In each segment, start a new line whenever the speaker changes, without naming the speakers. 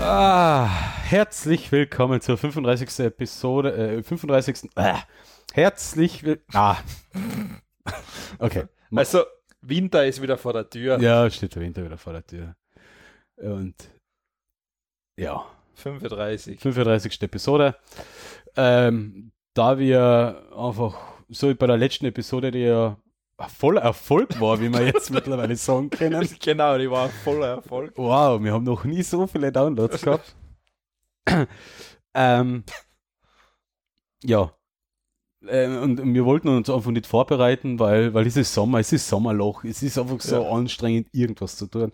Ah, herzlich willkommen zur 35. Episode, äh, 35. Äh, herzlich willkommen. Ah. Okay.
Also, Winter ist wieder vor der Tür.
Ja, steht der Winter wieder vor der Tür. Und ja,
35.
35. Episode. Ähm, da wir einfach so wie bei der letzten Episode, die ja ein voller Erfolg war, wie wir jetzt mittlerweile sagen können.
Genau, die war ein voller Erfolg.
Wow, wir haben noch nie so viele Downloads gehabt. ähm, ja. Ähm, und und wir wollten uns einfach nicht vorbereiten, weil, weil es ist Sommer, es ist Sommerloch, es ist einfach so
Ja.
anstrengend, irgendwas zu tun.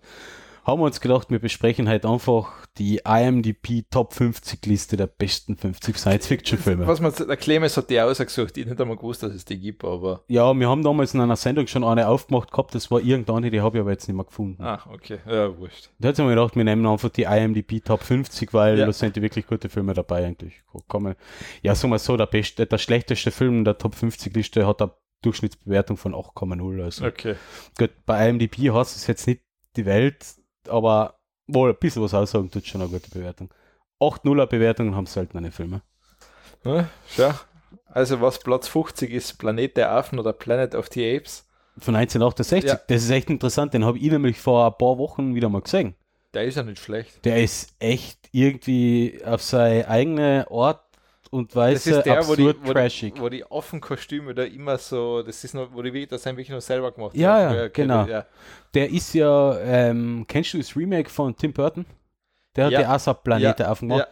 Haben wir uns gedacht, wir besprechen halt einfach die IMDb Top 50 Liste der besten 50 Science-Fiction-Filme.
Was man, der Clemens hat die ausgesucht. Ich nicht einmal gewusst, dass es die gibt, aber.
Ja, wir haben damals in einer Sendung schon eine aufgemacht gehabt, das war irgendeine, die habe ich aber jetzt nicht mehr gefunden.
Ah, okay. Ja, wurscht.
Da hat mir gedacht, wir nehmen einfach die IMDb Top 50, weil
Ja.
da sind die wirklich gute Filme dabei eigentlich. Kommen. Ja, sagen wir so, der, beste, der schlechteste Film der Top 50 Liste hat eine Durchschnittsbewertung von 8,0. Also
Okay.
gut, bei IMDb hast du es jetzt nicht die Welt, aber wohl ein bisschen was aussagen tut schon eine gute Bewertung. 8,0er Bewertungen haben seltene Filme.
Hm? Ja. Also, was Platz 50 ist, Planet der Affen oder Planet of the Apes.
Von 1968,
Ja.
das ist echt interessant, den habe ich nämlich vor ein paar Wochen wieder mal gesehen.
Der ist ja nicht schlecht.
Der ist echt irgendwie auf seine eigene Ort und
Das
Weise
ist der, wo
absurd
die, wo,
trashig.
die, wo die Affenkostüme da immer so, das ist noch, wo die, wirklich- das haben wirklich nur selber gemacht.
Ja,
haben.
ja,
okay,
genau.
Ja.
Der ist ja, ähm, kennst du das Remake von Tim Burton? Der hat
Ja.
ja auch so Planete aufgemacht.
Ja.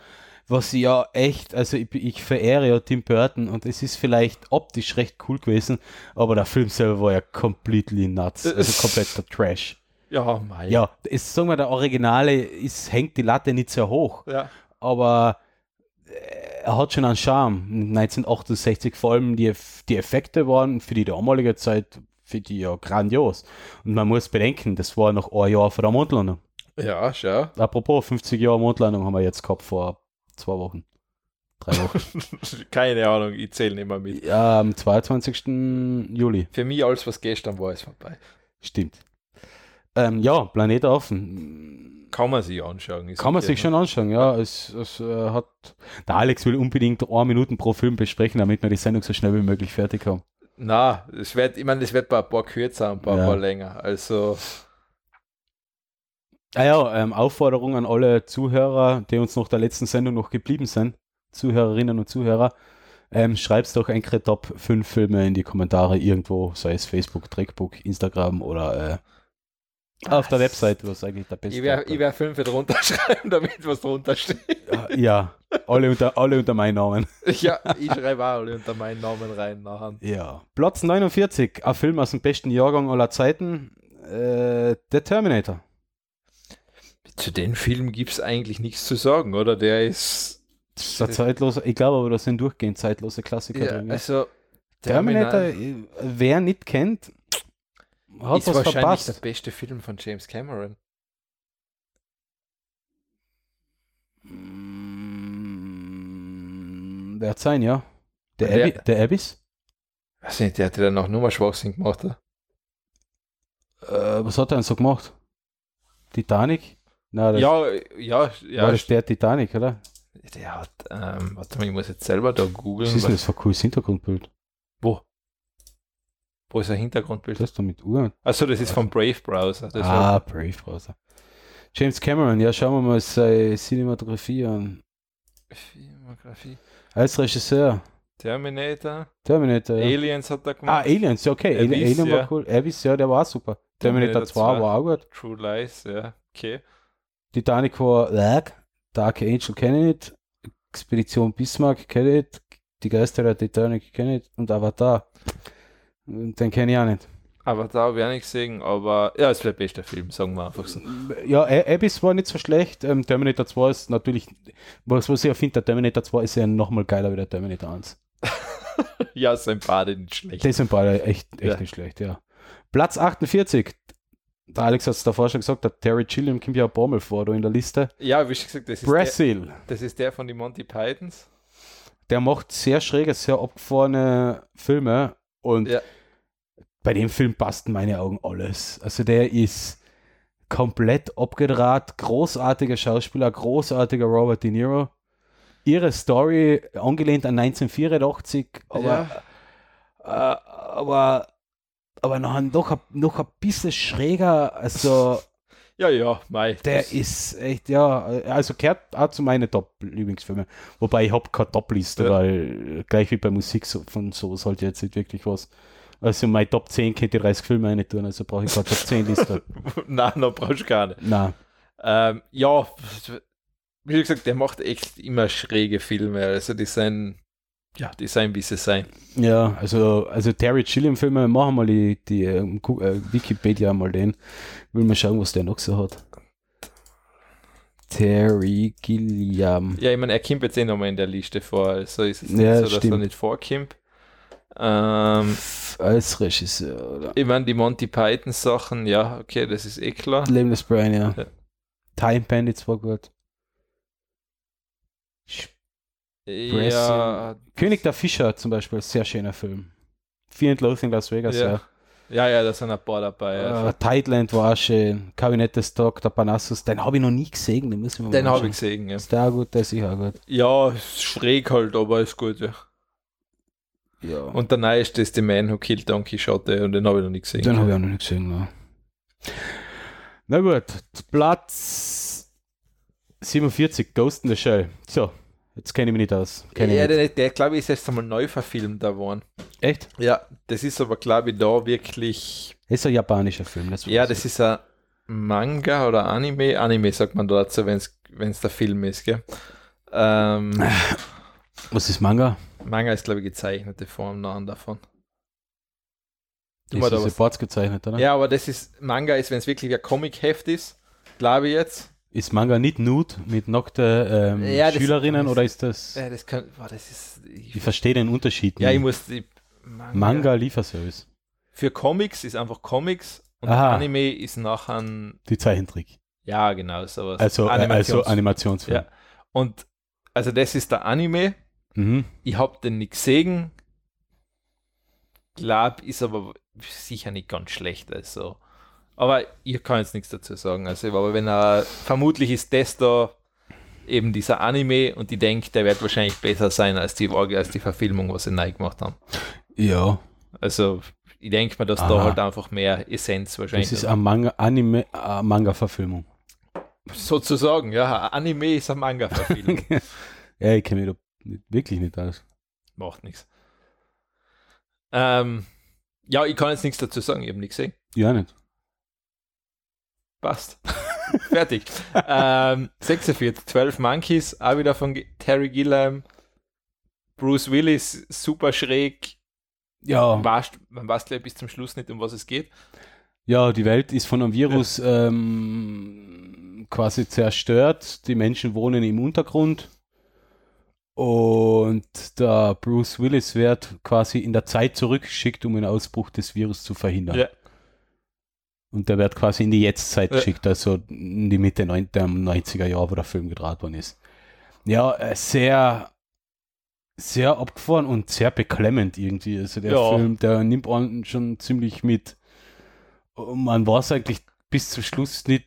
Was ich ja echt, also ich, ich verehre ja Tim Burton und es ist vielleicht optisch recht cool gewesen, aber der Film selber war ja completely nuts, also kompletter Trash.
Ja, mein.
Ja, es, sagen wir, der Originale ist, hängt die Latte nicht sehr hoch,
ja.
aber äh, er hat schon einen Charme. 1968 vor allem die, Eff- die Effekte waren für die damalige Zeit für die ja grandios. Und man muss bedenken, das war noch ein Jahr vor der Mondlandung.
Ja, schau.
Apropos, 50 Jahre Mondlandung haben wir jetzt gehabt vor zwei Wochen. Drei Wochen.
Keine Ahnung, ich zähle nicht mehr mit.
ja, am 22. Juli.
Für mich alles, was gestern war, ist vorbei.
Stimmt. Ähm, ja, Planet offen.
Kann man sich anschauen. ist
Kann man
okay,
sich
ne?
schon anschauen, ja. Es, es äh, hat. Der Alex will unbedingt eine Minuten pro Film besprechen, damit wir die Sendung so schnell wie möglich fertig haben.
Na, es wird, ich meine, es wird bei ein paar kürzer, ein paar,
Ja.
paar länger. Also,
Ah ja, ähm, Aufforderung an alle Zuhörer, die uns nach der letzten Sendung noch geblieben sind, Zuhörerinnen und Zuhörer, ähm, schreibst doch enkre Top 5 Filme in die Kommentare irgendwo, sei es Facebook, Trickbook, Instagram oder äh, auf der
Was?
Website, was eigentlich der beste
ich werde ich wär fünf wieder runterschreiben, damit was drunter steht.
Ja, alle unter, alle unter meinen Namen.
ja, ich schreibe auch alle unter meinen Namen rein nachher.
Ja. Platz 49, ein Film aus dem besten Jahrgang aller Zeiten, äh, The Terminator.
Zu dem Film gibt es eigentlich nichts zu sagen, oder? Der ist.
Der zeitlose, ich glaube aber, das sind durchgehend zeitlose Klassiker
Ja,
drin. ja.
also,
Terminator, äh, wer nicht kennt, hat was
ist wahrscheinlich
verpasst.
der beste Film von James Cameron.
Mm, Der hat sein, ja. Der,
Der-
Abby, der Abyss?
Weiß nicht, der hat ja dann auch nur mal Schwachsinn gemacht. Oder?
Äh, was hat er denn so gemacht? Titanic? Na, das
Ja, ja, ja.
war das der Titanic, oder?
Der hat, ähm, warte mal, ich muss jetzt selber da googeln.
Was ist denn
was-
das für ein cooles Hintergrundbild?
Wo? Wo ist ein Hintergrundbild?
Das da mit Uhren.
Achso, das ist vom Brave Browser. Das war-
ah, Brave Browser. James Cameron, ja, schauen wir mal seine Cinematografie an. Ah.
Filmografie.
Als Regisseur,
Terminator.
Terminator. Ja.
Aliens hat er
Ah,
gemacht.
Aliens, ja, okay. Alien,
Abyss,
Alien war
ja.
cool. Abyss, ja, der war auch super. Terminator,
Terminator
2
2.
war auch gut.
True Lies, ja. Okay.
Titanic war lag, Dark Angel kenne ich nicht, Expedition Bismarck kenne ich nicht, die Geister der Titanic kenne ich nicht und Avatar. Und Den kenne ich auch nicht.
Aber da habe ich auch nicht gesehen, aber ja, ist der beste Film, sagen wir einfach so.
Ja, A- Abyss war nicht so schlecht. Ähm, Terminator 2 ist natürlich, was, was ich ja finde, der Terminator 2 ist ja nochmal geiler wie der Terminator 1.
ja, sein Bade nicht schlecht.
Die sind beide echt, echt
Ja.
nicht schlecht, ja. Platz 48. Der Alex hat es davor schon gesagt, der Terry Gilliam kommt ja ein paar Mal vor, da in der Liste.
Ja, wie schon gesagt, das ist, der,
Brazil.
das ist der von den Monty Pythons.
der macht sehr schräge, sehr abgefahrene Filme und
Ja.
bei dem Film passt in meine Augen alles. Also der ist komplett abgedraht, großartiger Schauspieler, großartiger Robert De Niro. Ihre Story angelehnt an 1984, aber, äh, aber, aber noch, ein- noch, ein- noch ein bisschen schräger. Also,
Ja, ja, Mai.
der ist echt, ja, also gehört auch zu meinen Top-Lieblingsfilmen. Wobei ich habe keine Top-Liste,
Ja.
weil äh, gleich wie bei Musik so, von so sollte jetzt nicht wirklich was. Also, mein Top 10 könnte ich 30 Filme nicht tun, also brauche ich keine Top 10-Liste.
Nein, da brauchst du gar nicht.
Nein.
Ähm, ja, wie gesagt, der macht echt immer schräge Filme. Also die sind, ja, die sind, wie sie sein.
Ja, also, also Terry Gilliam-Filme, machen mal die, die ähm, Gu- äh, Wikipedia mal den. Will mal schauen, was der noch so hat. Terry Gilliam.
Ja, ich meine, er kommt jetzt eh nochmal in der Liste vor. Also ist es nicht
Ja,
so, dass er
stimmt.
nicht vorkommt. Ähm,
Als Regisseur, oder?
ich meine, die Monty Python Sachen, ja, okay, das ist eh klar.
Blameless Brian, ja.
Ja.
Time Bandits war gut.
Ja,
König der Fischer zum Beispiel, sehr schöner Film. Fear and Loathing Las Vegas, ja.
ja. ja, ja, da sind ein paar dabei.
Äh,
Also.
Tideland war auch schön. Kabinett des Dr. Panassus, den habe ich noch nie gesehen, den müssen wir mal
Den habe
anschauen.
ich gesehen, ja.
Ist der auch gut, der ist sicher auch gut.
Ja, ist schräg halt, aber ist gut, ja.
Ja.
Und der neueste ist The Man Who Killed Don Quixote und den habe ich noch nicht gesehen.
Den habe ich auch noch nicht gesehen. Ne? Na gut, Platz 47, Ghost in the Shell. So, jetzt kenne ich mich nicht aus. Kenn ich
ja,
nicht.
der, der glaube ich, ist erst einmal neu verfilmt da worden.
Echt?
Ja, das ist aber, glaube ich, da wirklich.
Ist ein japanischer Film. Das
Ja,
weiß
das ist ein Manga oder Anime. Anime sagt man dazu, wenn es der Film ist, gell? Ähm,
ich. Was ist Manga?
Manga ist, glaube ich, gezeichnete Form noch davon.
Das
Immer da
ist
was.
Supports gezeichnet, oder?
Ja, aber das ist Manga ist, wenn es wirklich ein Comic-Heft ist, glaube ich jetzt.
Ist Manga nicht nude mit nackte ähm,
Ja, das-
Schülerinnen oder ist das.
Ja, das kann. Boah, das ist.
ich
Ich,
verstehe den Unterschied.
ja, ich
nicht.
muss die Manga.
Manga Lieferservice.
Für Comics ist einfach Comics und
Aha.
Anime ist nachher ein.
Die Zeichentrick.
Ja, genau, sowas.
Also, Animations also
Animations-
Animationsfilm.
Ja. Und also das ist der Anime.
Mhm.
Ich habe den nicht gesehen. Glaub, ist aber sicher nicht ganz schlecht. Also. Aber ich kann jetzt nichts dazu sagen. Also, aber wenn er vermutlich ist das da eben dieser Anime und ich denke, der wird wahrscheinlich besser sein als die, als die Verfilmung, was sie neu gemacht haben.
ja.
Also ich denke mal, dass
Aha.
da halt einfach mehr Essenz wahrscheinlich
Das ist eine Manga, Anime, eine Manga-Verfilmung.
sozusagen, ja. ein Anime ist ein Manga-Verfilmung.
ja, ich kenne mich da nicht- wirklich nicht aus.
Macht nichts. Ähm, ja, ich kann jetzt nichts dazu sagen, ich habe nichts gesehen.
Ja, nicht.
Passt. Fertig. ähm, 46, 12 Monkeys, auch wieder von G- Terry Gilliam. Bruce Willis, super schräg.
Ja,
Warst, man weiß gleich bis zum Schluss nicht, um was es geht.
ja, die Welt ist von einem Virus ähm, quasi zerstört. Die Menschen wohnen im Untergrund. Und der Bruce Willis wird quasi in der Zeit zurückgeschickt, um den Ausbruch des Virus zu verhindern.
Ja.
Und der wird quasi in die Jetztzeit
Ja.
geschickt, also in die Mitte neun- der 90er Jahre, wo der Film gedreht worden ist. Ja, äh, sehr, sehr abgefahren und sehr beklemmend irgendwie. Also der
Ja.
Film, der nimmt einen schon ziemlich mit. Und man weiß eigentlich bis zum Schluss nicht,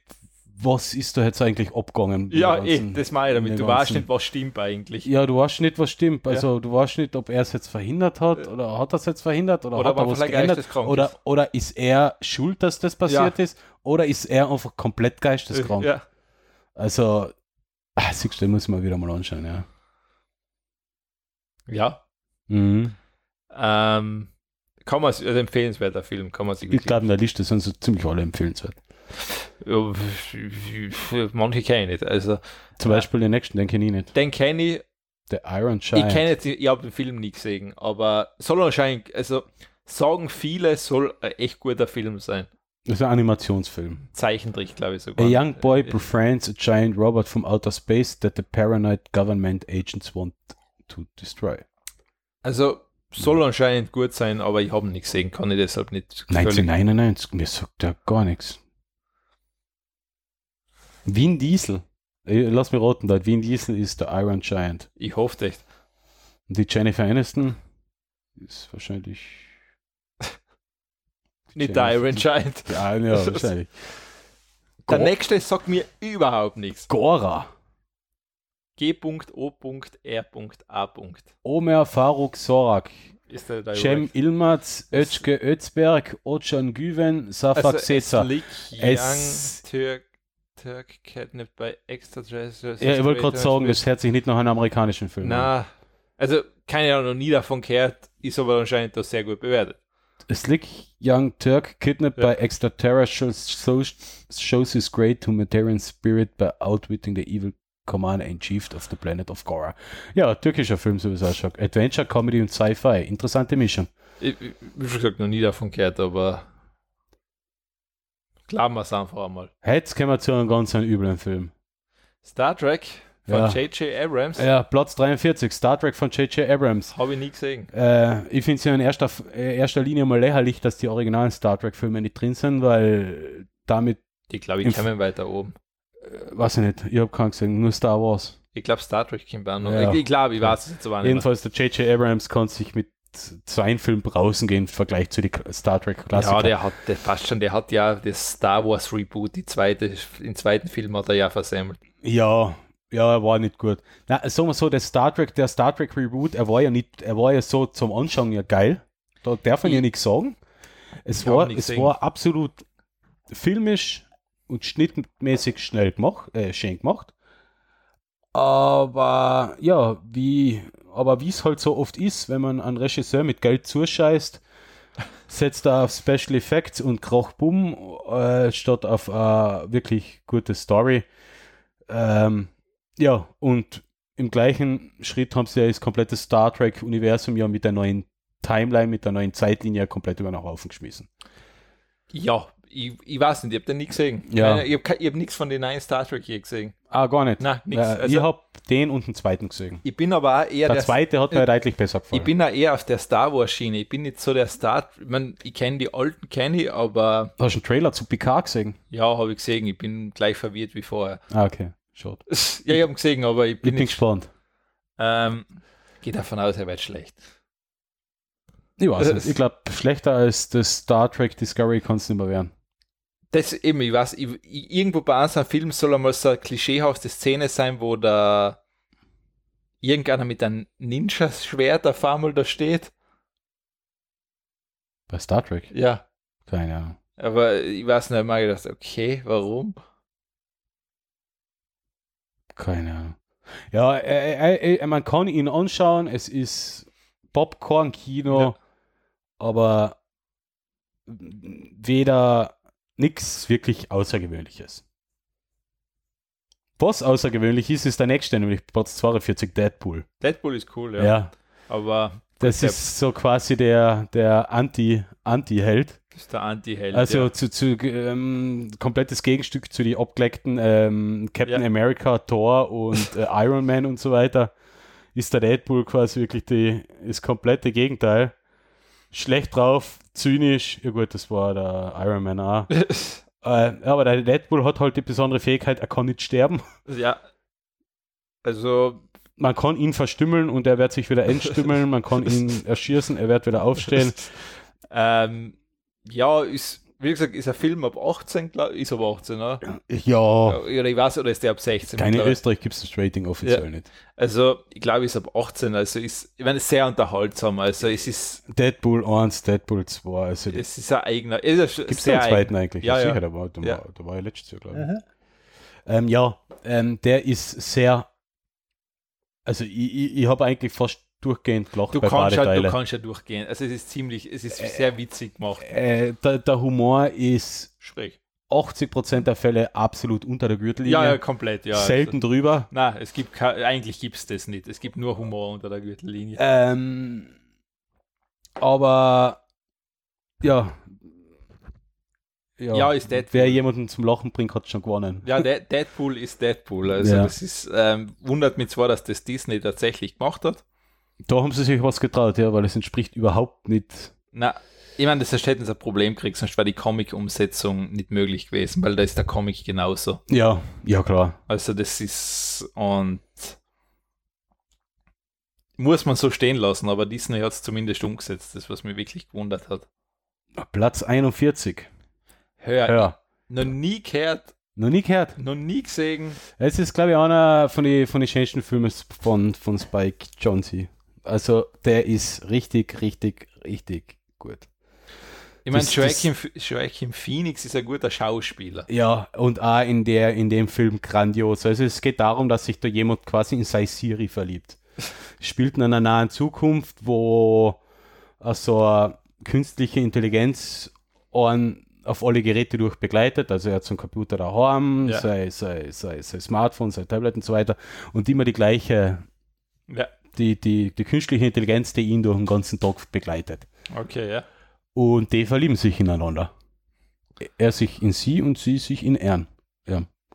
was ist da jetzt eigentlich abgegangen.
Ja,
Im
eh,
Ganzen.
das meine ich
in
damit.
den
Du weißt
ganzen-
nicht, was stimmt eigentlich.
Ja, du weißt nicht, was stimmt. Also du weißt nicht, ob er es jetzt verhindert hat oder hat er es jetzt verhindert oder,
Oder
hat er
ob er
was
vielleicht
geändert
geisteskrank
oder,
ist.
oder ist er schuld, dass das passiert ist oder ist er einfach komplett geisteskrank.
ja.
Also, ah, siehst du, den muss ich mal wieder mal anschauen, ja.
ja.
Mhm.
Ähm, kann man, also empfehlenswerter Film, kann man sich
Ich glaube, in der Liste sind so ziemlich alle empfehlenswert.
Ja, f- manche kenne ich nicht. Also,
Zum
Ja.
Beispiel den nächsten, den kenne ich nicht.
den kenne ich.
Der Iron Giant.
Ich kenne jetzt, ich habe den Film nie gesehen, aber soll anscheinend, also sagen viele, soll ein echt guter Film sein.
Das ist ein Animationsfilm.
Zeichentrick, glaube ich
A
sogar.
young boy
Äh,
befriends a giant robot from outer space that the paranoid government agents want to destroy.
Also, soll anscheinend gut sein, aber ich habe ihn nicht gesehen, kann ich deshalb nicht. völlig-
1999, mir sagt er gar nichts. Vin Diesel. Äh, Lass mich roten, dort. Vin Diesel ist der Iron Giant.
Ich hoffe echt.
Und die Jennifer Aniston ist wahrscheinlich.
Nicht der Iron
Jennifer-
Giant.
Ja, ja wahrscheinlich.
Der
Go-
nächste sagt mir überhaupt nichts.
Gora.
G.O.R.A.
Omer Faruk Sorak,
Ist der da
Cem
überhaupt?
Ilmaz, Özge Özberg, Ocan Güven, Safak
also,
Seza.
Slick,
Es-
Young, Türk, Türk, Catnip bei Extraterrestrials.
Ja, ich wollte gerade sagen, das hört sich nicht nach einem amerikanischen Film an.
Na, also keine Ahnung, noch nie davon gehört, ist aber anscheinend doch sehr gut bewertet.
Slick Young Turk kidnapped
Ja.
by extraterrestrials shows, shows his great humanitarian spirit by outwitting the evil commander in chief of the planet of Gora. Ja, türkischer Film, so wie es ausschaut. Adventure, Comedy und Sci-Fi. Interessante Mischung.
Ich, ich, wie schon gesagt, noch nie davon gehört, aber glauben wir es einfach einmal.
Jetzt kommen wir zu einem ganz einen üblen Film.
Star Trek
Ja.
von J.J. Abrams
Ja, Platz 43, Star Trek von J.J. Abrams.
habe ich nie gesehen.
Äh, ich finde es ja in erster, äh, erster Linie mal lächerlich, dass die originalen Star Trek-Filme nicht drin sind, weil damit,
Ich glaube,
Im
ich käme weiter oben.
äh, weiß ich nicht, ich habe keinen gesehen, nur Star Wars.
Ich glaube, Star Trek kommt auch noch.
Ja.
Ich, ich glaube, ich weiß es jetzt aber nicht. mehr.
Jedenfalls, der J.J. Abrams konnte sich mit seinen Filmen draußen gehen im Vergleich zu den K- Star
Ja,
Trek-Klassikern.
der hat, der passt schon, der hat ja das Star Wars Reboot, die zweite, den zweiten Film hat er ja versemmelt.
ja, ja, er war nicht gut. Na, sagen wir so, der Star Trek, der Star Trek Reboot, er war ja nicht, er war ja so zum Anschauen ja geil. Da darf man ja
Ich-
nichts sagen. Es
Ich hab
war,
ihn nicht
es
gesehen.
war absolut filmisch und schnittmäßig schnell gemacht, äh, schön gemacht. Aber ja, wie, aber wie es halt so oft ist, wenn man einen Regisseur mit Geld zuscheißt, setzt er auf Special Effects und Krochbumm äh, statt auf eine wirklich gute Story. Ähm, ja, und im gleichen Schritt haben sie ja das komplette Star Trek-Universum ja mit der neuen Timeline, mit der neuen Zeitlinie ja komplett über den Haufen geschmissen.
Ja, ich, ich weiß nicht, ich habe den nie gesehen.
Ja.
Keine- Ich habe hab nichts von den neuen Star Trek je gesehen.
Ah, gar nicht.
Nein, nix.
Äh,
Also-
ich habe den und den zweiten gesehen.
Ich bin aber auch eher
Der
der,
zweite hat mir
äh,
deutlich besser gefallen.
Ich bin ja eher auf der Star Wars Schiene. Ich bin nicht so der Star. Ich, mein, ich kenne die alten, kenne ich, aber
Hast du einen Trailer zu Picard gesehen?
ja, habe ich gesehen. Ich bin gleich verwirrt wie vorher.
Ah, okay. Schade.
Ja, ich habe gesehen, aber ich
Ich
bin
bin
nicht.
gespannt.
Ähm, geht davon aus, er wird schlecht.
Ich weiß
Äh,
nicht. Ich glaube, schlechter als das Star Trek Discovery kann es nicht mehr werden.
Das eben, ich weiß, ich, ich, irgendwo bei einem Film soll einmal so eine klischeehafte Szene sein, wo da irgendeiner mit einem Ninja-Schwert auf einmal da steht.
Bei Star Trek?
Ja.
Keine Ahnung.
Aber ich weiß nicht, mal gedacht, okay, warum?
Keine Ahnung. Ja, äh, äh, äh, man kann ihn anschauen. Es ist Popcorn-Kino,
Ja.
aber weder nichts wirklich Außergewöhnliches. Was außergewöhnlich ist, ist der nächste, nämlich Platz 42 Deadpool.
Deadpool ist cool,
Ja,
ja. Aber
das
Ja.
ist so quasi der, der Anti- Anti-Held.
das ist der Anti-Held.
Also
ja.
zu, zu ähm, komplettes Gegenstück zu den abgeleckten ähm, Captain
Ja.
America, Thor und äh, Iron Man und so weiter, ist der Deadpool quasi wirklich die, das komplette Gegenteil. Schlecht drauf, zynisch, ja gut, das war der Iron Man auch. äh, aber der Deadpool hat halt die besondere Fähigkeit, er kann nicht sterben.
ja. Also,
Man kann ihn verstümmeln und er wird sich wieder entstümmeln, man kann ihn erschießen, er wird wieder aufstehen.
ähm, ja, ist, wie gesagt, ist ein Film ab 18, glaube ich, ist ab 18, ne?
Ja,
Oder ich weiß, oder ist der ab 16?
keine
mittlerweile?
Österreich gibt es das Rating offiziell nicht.
Also, ich glaube, ich ist ab 18, also ist, ich meine, es ist sehr unterhaltsam, also es ist,
Deadpool 1, Deadpool 2, also
es ist ein eigener, es ist ein
Gibt es
sehr
einen zweiten eigentlich?
Ja, ja.
sicher, da war, da,
Ja.
war, da war ja letztes Jahr, glaube ich. Ähm, ja, ähm, der ist sehr. Also, ich, ich, ich habe eigentlich fast durchgehend gelacht
Du
bei
kannst, ja, du
Badeteilen.
kannst ja durchgehen, also es ist ziemlich, es ist sehr witzig gemacht,
Äh, der, der Humor ist
schräg.
80% der Fälle absolut unter der Gürtellinie.
Ja, ja, komplett, ja.
selten drüber.
Also, nein, es gibt, kein- eigentlich gibt es das nicht, es gibt nur Humor unter der Gürtellinie.
Ähm, aber ja.
Ja, ist Deadpool.
Wer jemanden zum Lachen bringt, hat schon gewonnen.
Ja, De Deadpool ist Deadpool. Also
Ja.
das ist, ähm, wundert mich zwar, dass das Disney tatsächlich gemacht hat.
Da haben sie sich was getraut, ja, weil es entspricht überhaupt nicht
Na, ich meine, das hätten sie ein Problem gekriegt, sonst wäre die Comic-Umsetzung nicht möglich gewesen, weil da ist der Comic genauso.
Ja, ja klar.
Also das ist und muss man so stehen lassen, aber Disney hat es zumindest umgesetzt, das was mich wirklich gewundert hat.
Platz 41.
Hör,
Ja.
noch nie gehört,
Noch nie gehört.
Noch nie gesehen.
Es ist, glaube ich, einer von den von die schönsten Filmen von, von Spike Jonze. Also, der ist richtig, richtig, richtig gut.
Ich meine,
Das-
Joachim, Joachim Phoenix ist ein guter Schauspieler.
Ja, und auch in, der, in dem Film grandios. Also, es geht darum, dass sich da jemand quasi in Saisiri verliebt. Spielt in einer nahen Zukunft, wo also eine künstliche Intelligenz an, auf alle Geräte durch begleitet. Also, er hat so einen Computer daheim,
Ja.
sei, sei, sei, sei Smartphone, sein Tablet und so weiter. Und immer die gleiche
Ja,
die, die, die künstliche Intelligenz, die ihn durch den ganzen Tag begleitet.
okay, ja.
Und die verlieben sich ineinander. Er sich in sie und sie sich in Ern.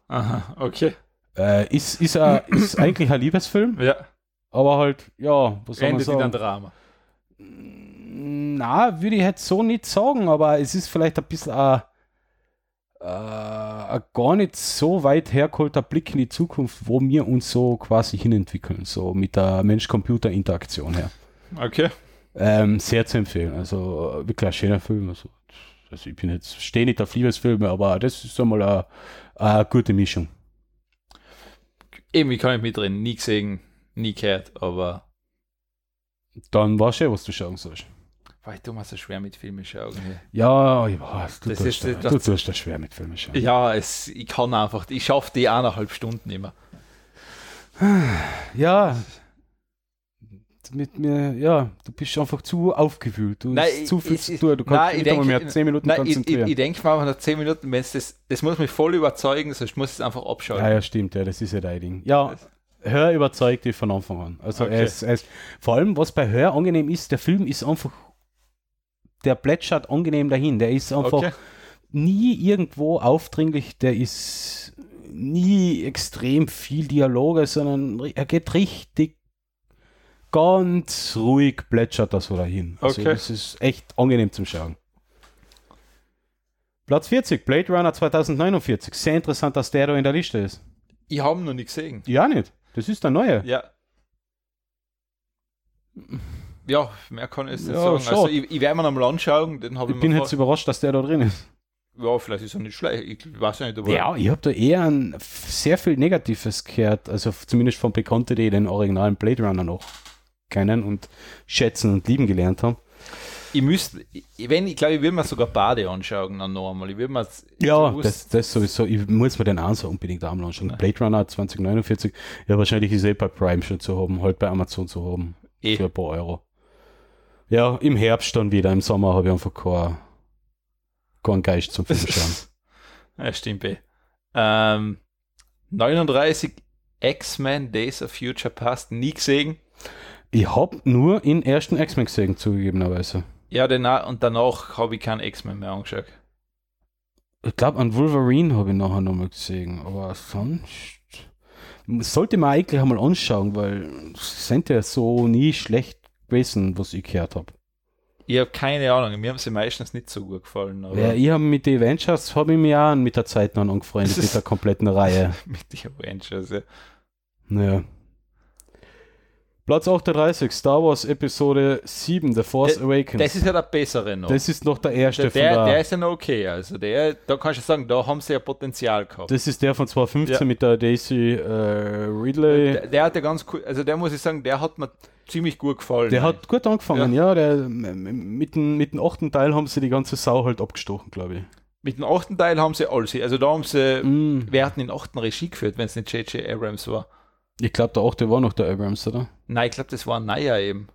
Aha, okay.
Äh, ist, ist, a, ist eigentlich ein Liebesfilm,
Ja,
aber halt, ja, was soll man
endet in
sagen? Mm,
ein Drama.
Na, würde ich jetzt so nicht sagen, aber es ist vielleicht ein bisschen ein, äh, ein gar nicht so weit hergeholter Blick in die Zukunft, wo wir uns so quasi hinentwickeln, so mit der Mensch-Computer-Interaktion her.
Okay.
Ähm, sehr zu empfehlen. Also äh, wirklich ein schöner Film. Also, also ich bin jetzt, stehe nicht auf Liebesfilme, aber das ist einmal eine, eine gute Mischung.
Eben, ich kann nicht mitreden. Nie gesehen, nie gehört, aber.
Dann weißt du, eh, was du schauen sollst.
Weil du machst es schwer mit filmischen Augen hier.
Ja, ich weiß, du,
Das
tust,
ist-
da-
das-
du tust das schwer mit Filmen schauen.
Ja, es, ich kann einfach, ich schaffe die eineinhalb Stunden immer.
Ja. Mit mir, ja, du bist einfach zu aufgewühlt. Du
Nein,
bist zu viel
ich-
zu
ich-
tun. Du kannst
nein,
dich
ich
nicht einmal
denk-
mehr 10 Minuten
Nein, ich, ich,
konzentrieren.
ich denke mal, nach 10 Minuten, wenn's das, das muss mich voll überzeugen, sonst muss ich es einfach abschalten.
Ja, ja, stimmt, ja, das ist ja dein Ding. Ja, Hör überzeugt dich von Anfang an. Also
Okay.
er ist, er ist, vor allem, was bei Hör angenehm ist, der Film ist einfach, der plätschert angenehm dahin. Der ist einfach
okay.
nie irgendwo aufdringlich, der ist nie extrem viel Dialoge, sondern ri- er geht richtig ganz ruhig plätschert das so dahin. Also
Okay.
das ist echt angenehm zum Schauen. Platz 40, Blade Runner 2049. Sehr interessant, dass der da in der Liste ist.
Ich habe noch nicht gesehen.
Ja, nicht. Das ist der neue.
Ja. Ja, mehr kann ich jetzt nicht
Ja,
sagen. Also
schade.
ich, ich werde mir nochmal anschauen, den habe ich,
Ich bin
mir
jetzt überrascht, dass der da drin ist.
vor... Ja, vielleicht ist er nicht schlecht. Ich weiß ja nicht, aber
Ja, ich habe da eher ein, sehr viel Negatives gehört. Also f- zumindest von Bekannten, die den originalen Blade Runner noch kennen und schätzen und lieben gelernt haben.
ich müsste, ich- wenn, ich glaube, ich würde mir sogar Bade anschauen dann noch einmal. Ich würde mir
Ja,
bewusst-
das, das sowieso. Ich muss mir den Answer unbedingt einmal anschauen. Blade Runner 2049. Ja, wahrscheinlich ist eh bei Prime schon zu haben, halt bei Amazon zu haben.
eh.
Für ein paar Euro. Ja, im Herbst dann wieder. Im Sommer habe ich einfach keinen kein Geist zum Film schauen.
ja, stimmt eh. Ähm, 39 X-Men Days of Future Past, nie gesehen.
Ich habe nur in ersten X-Men gesehen, zugegebenerweise.
Ja, danach, und danach habe ich keinen X-Men mehr angeschaut.
Ich glaube, an Wolverine habe ich nachher nochmal gesehen, aber sonst sollte man eigentlich einmal anschauen, weil sie sind ja so nie schlecht gewesen, was ich gehört habe.
Ich habe keine Ahnung, mir haben sie meistens nicht so gut gefallen. Aber
Ja, ich habe mit den Avengers habe ich mich auch mit der Zeit noch angefreundet, mit der kompletten Reihe.
mit den Avengers, ja.
Genau. Naja. Platz 38, Star Wars Episode 7, The Force Awakens.
Das ist ja der bessere noch.
Das ist noch der erste
der,
von
der, der ist ja noch okay. Also der, da kannst du sagen, da haben sie ja Potenzial gehabt.
das ist der von 2015
Ja.
mit der Daisy äh, Ridley.
der, der hat ja ganz cool, also der muss ich sagen, der hat mir ziemlich gut gefallen.
Der hat gut angefangen, ja. der, m- m- mit, dem, mit dem achten Teil haben sie die ganze Sau halt abgestochen, glaube ich.
Mit dem achten Teil haben sie alles. Also da haben sie,
Mm.
wer hat denn den achten Regie geführt, wenn es nicht J.J. Abrams war?
Ich glaube, der achte war noch der Abrams, oder?
Nein, ich glaube, das war ein Neuer eben.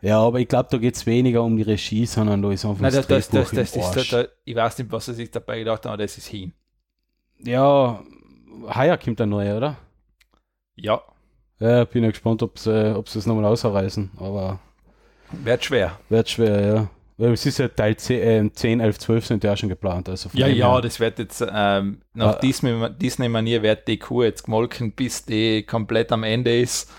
Ja, aber ich glaube, da geht es weniger um die Regie, sondern da ist einfach
Nein, das, das, das,
Drehbuch
das
im
ist,
Arsch.
da, da, ich weiß nicht, was sie sich dabei gedacht haben, aber das ist hin.
Ja, heuer kommt der neue, oder?
Ja,
Ja, bin ja gespannt, ob sie ob sie es nochmal ausreißen, aber
wird schwer.
wird schwer, ja. Weil es ist ja Teil 10, äh, 10 11, 12 sind ja schon geplant. Also von
Ja,
dem
ja,
her-
das wird jetzt ähm, nach
Ah.
Disney- Disney-Manier wird die Kuh jetzt gemolken, bis die komplett am Ende ist.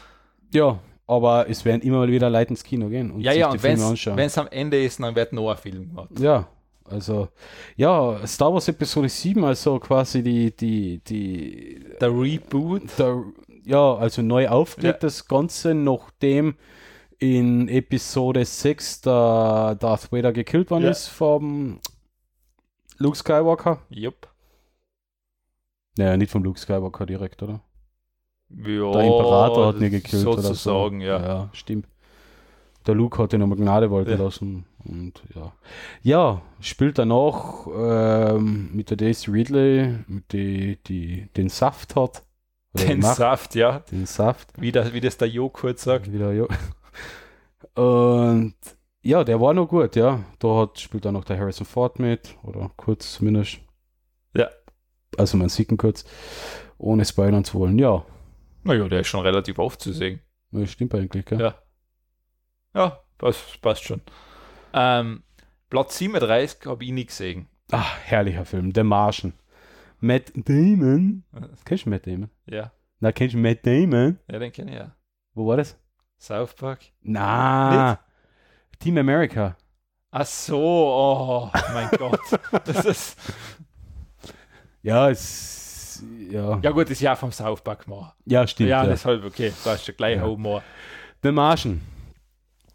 ja, aber es werden immer mal wieder Leute ins Kino gehen und
Ja,
sich
ja,
die
und
Filme anschauen.
wenn es am Ende ist, dann wird noch ein Film gemacht.
Ja, also, ja, Star Wars Episode 7, also quasi die, die, die,
Der Reboot.
der, ja, also neu aufgelegt das Ganze, nachdem in Episode 6 der Darth Vader gekillt worden
Ja.
ist vom Luke Skywalker.
Jupp.
Naja, nicht vom Luke Skywalker direkt, oder?
Ja,
Der Imperator hat ihn ja gekillt.
Sozusagen,
oder so.
ja.
Ja, stimmt. Der Luke hat ihn um Gnade walten
Ja.
lassen. Und ja. Ja, spielt danach ähm, mit der Daisy Ridley, die, die den Saft hat. Oder
Den
macht
Saft, ja.
Den Saft.
Wie das, wie das der Joghurt sagt.
Wieder, ja. Und ja, der war noch gut, ja. Da hat, spielt dann noch der Harrison Ford mit, oder kurz zumindest.
Ja.
Also man sieht ihn kurz, ohne spoilern zu wollen. Ja,
Naja, der ist schon relativ oft zu sehen.
das stimmt eigentlich, gell?
Ja. Ja, passt, passt schon. Ähm, Platz 37 habe ich nie gesehen.
Ach, herrlicher Film, Der Martian. Matt Damon. Kennst du Matt Damon?
Ja,
Na, kennst du Matt Damon?
ja den kenne ich ja.
Wo war das?
South Park.
Na, Team America.
Ach so, oh mein Gott. Das ist,
Ja, es. Ja, ja,
ja gut, das ist ja vom South Park Moor.
stimmt.
Ja,
ja.
deshalb, okay, da ist schon gleich
Ja.
Humor.
Der Martian.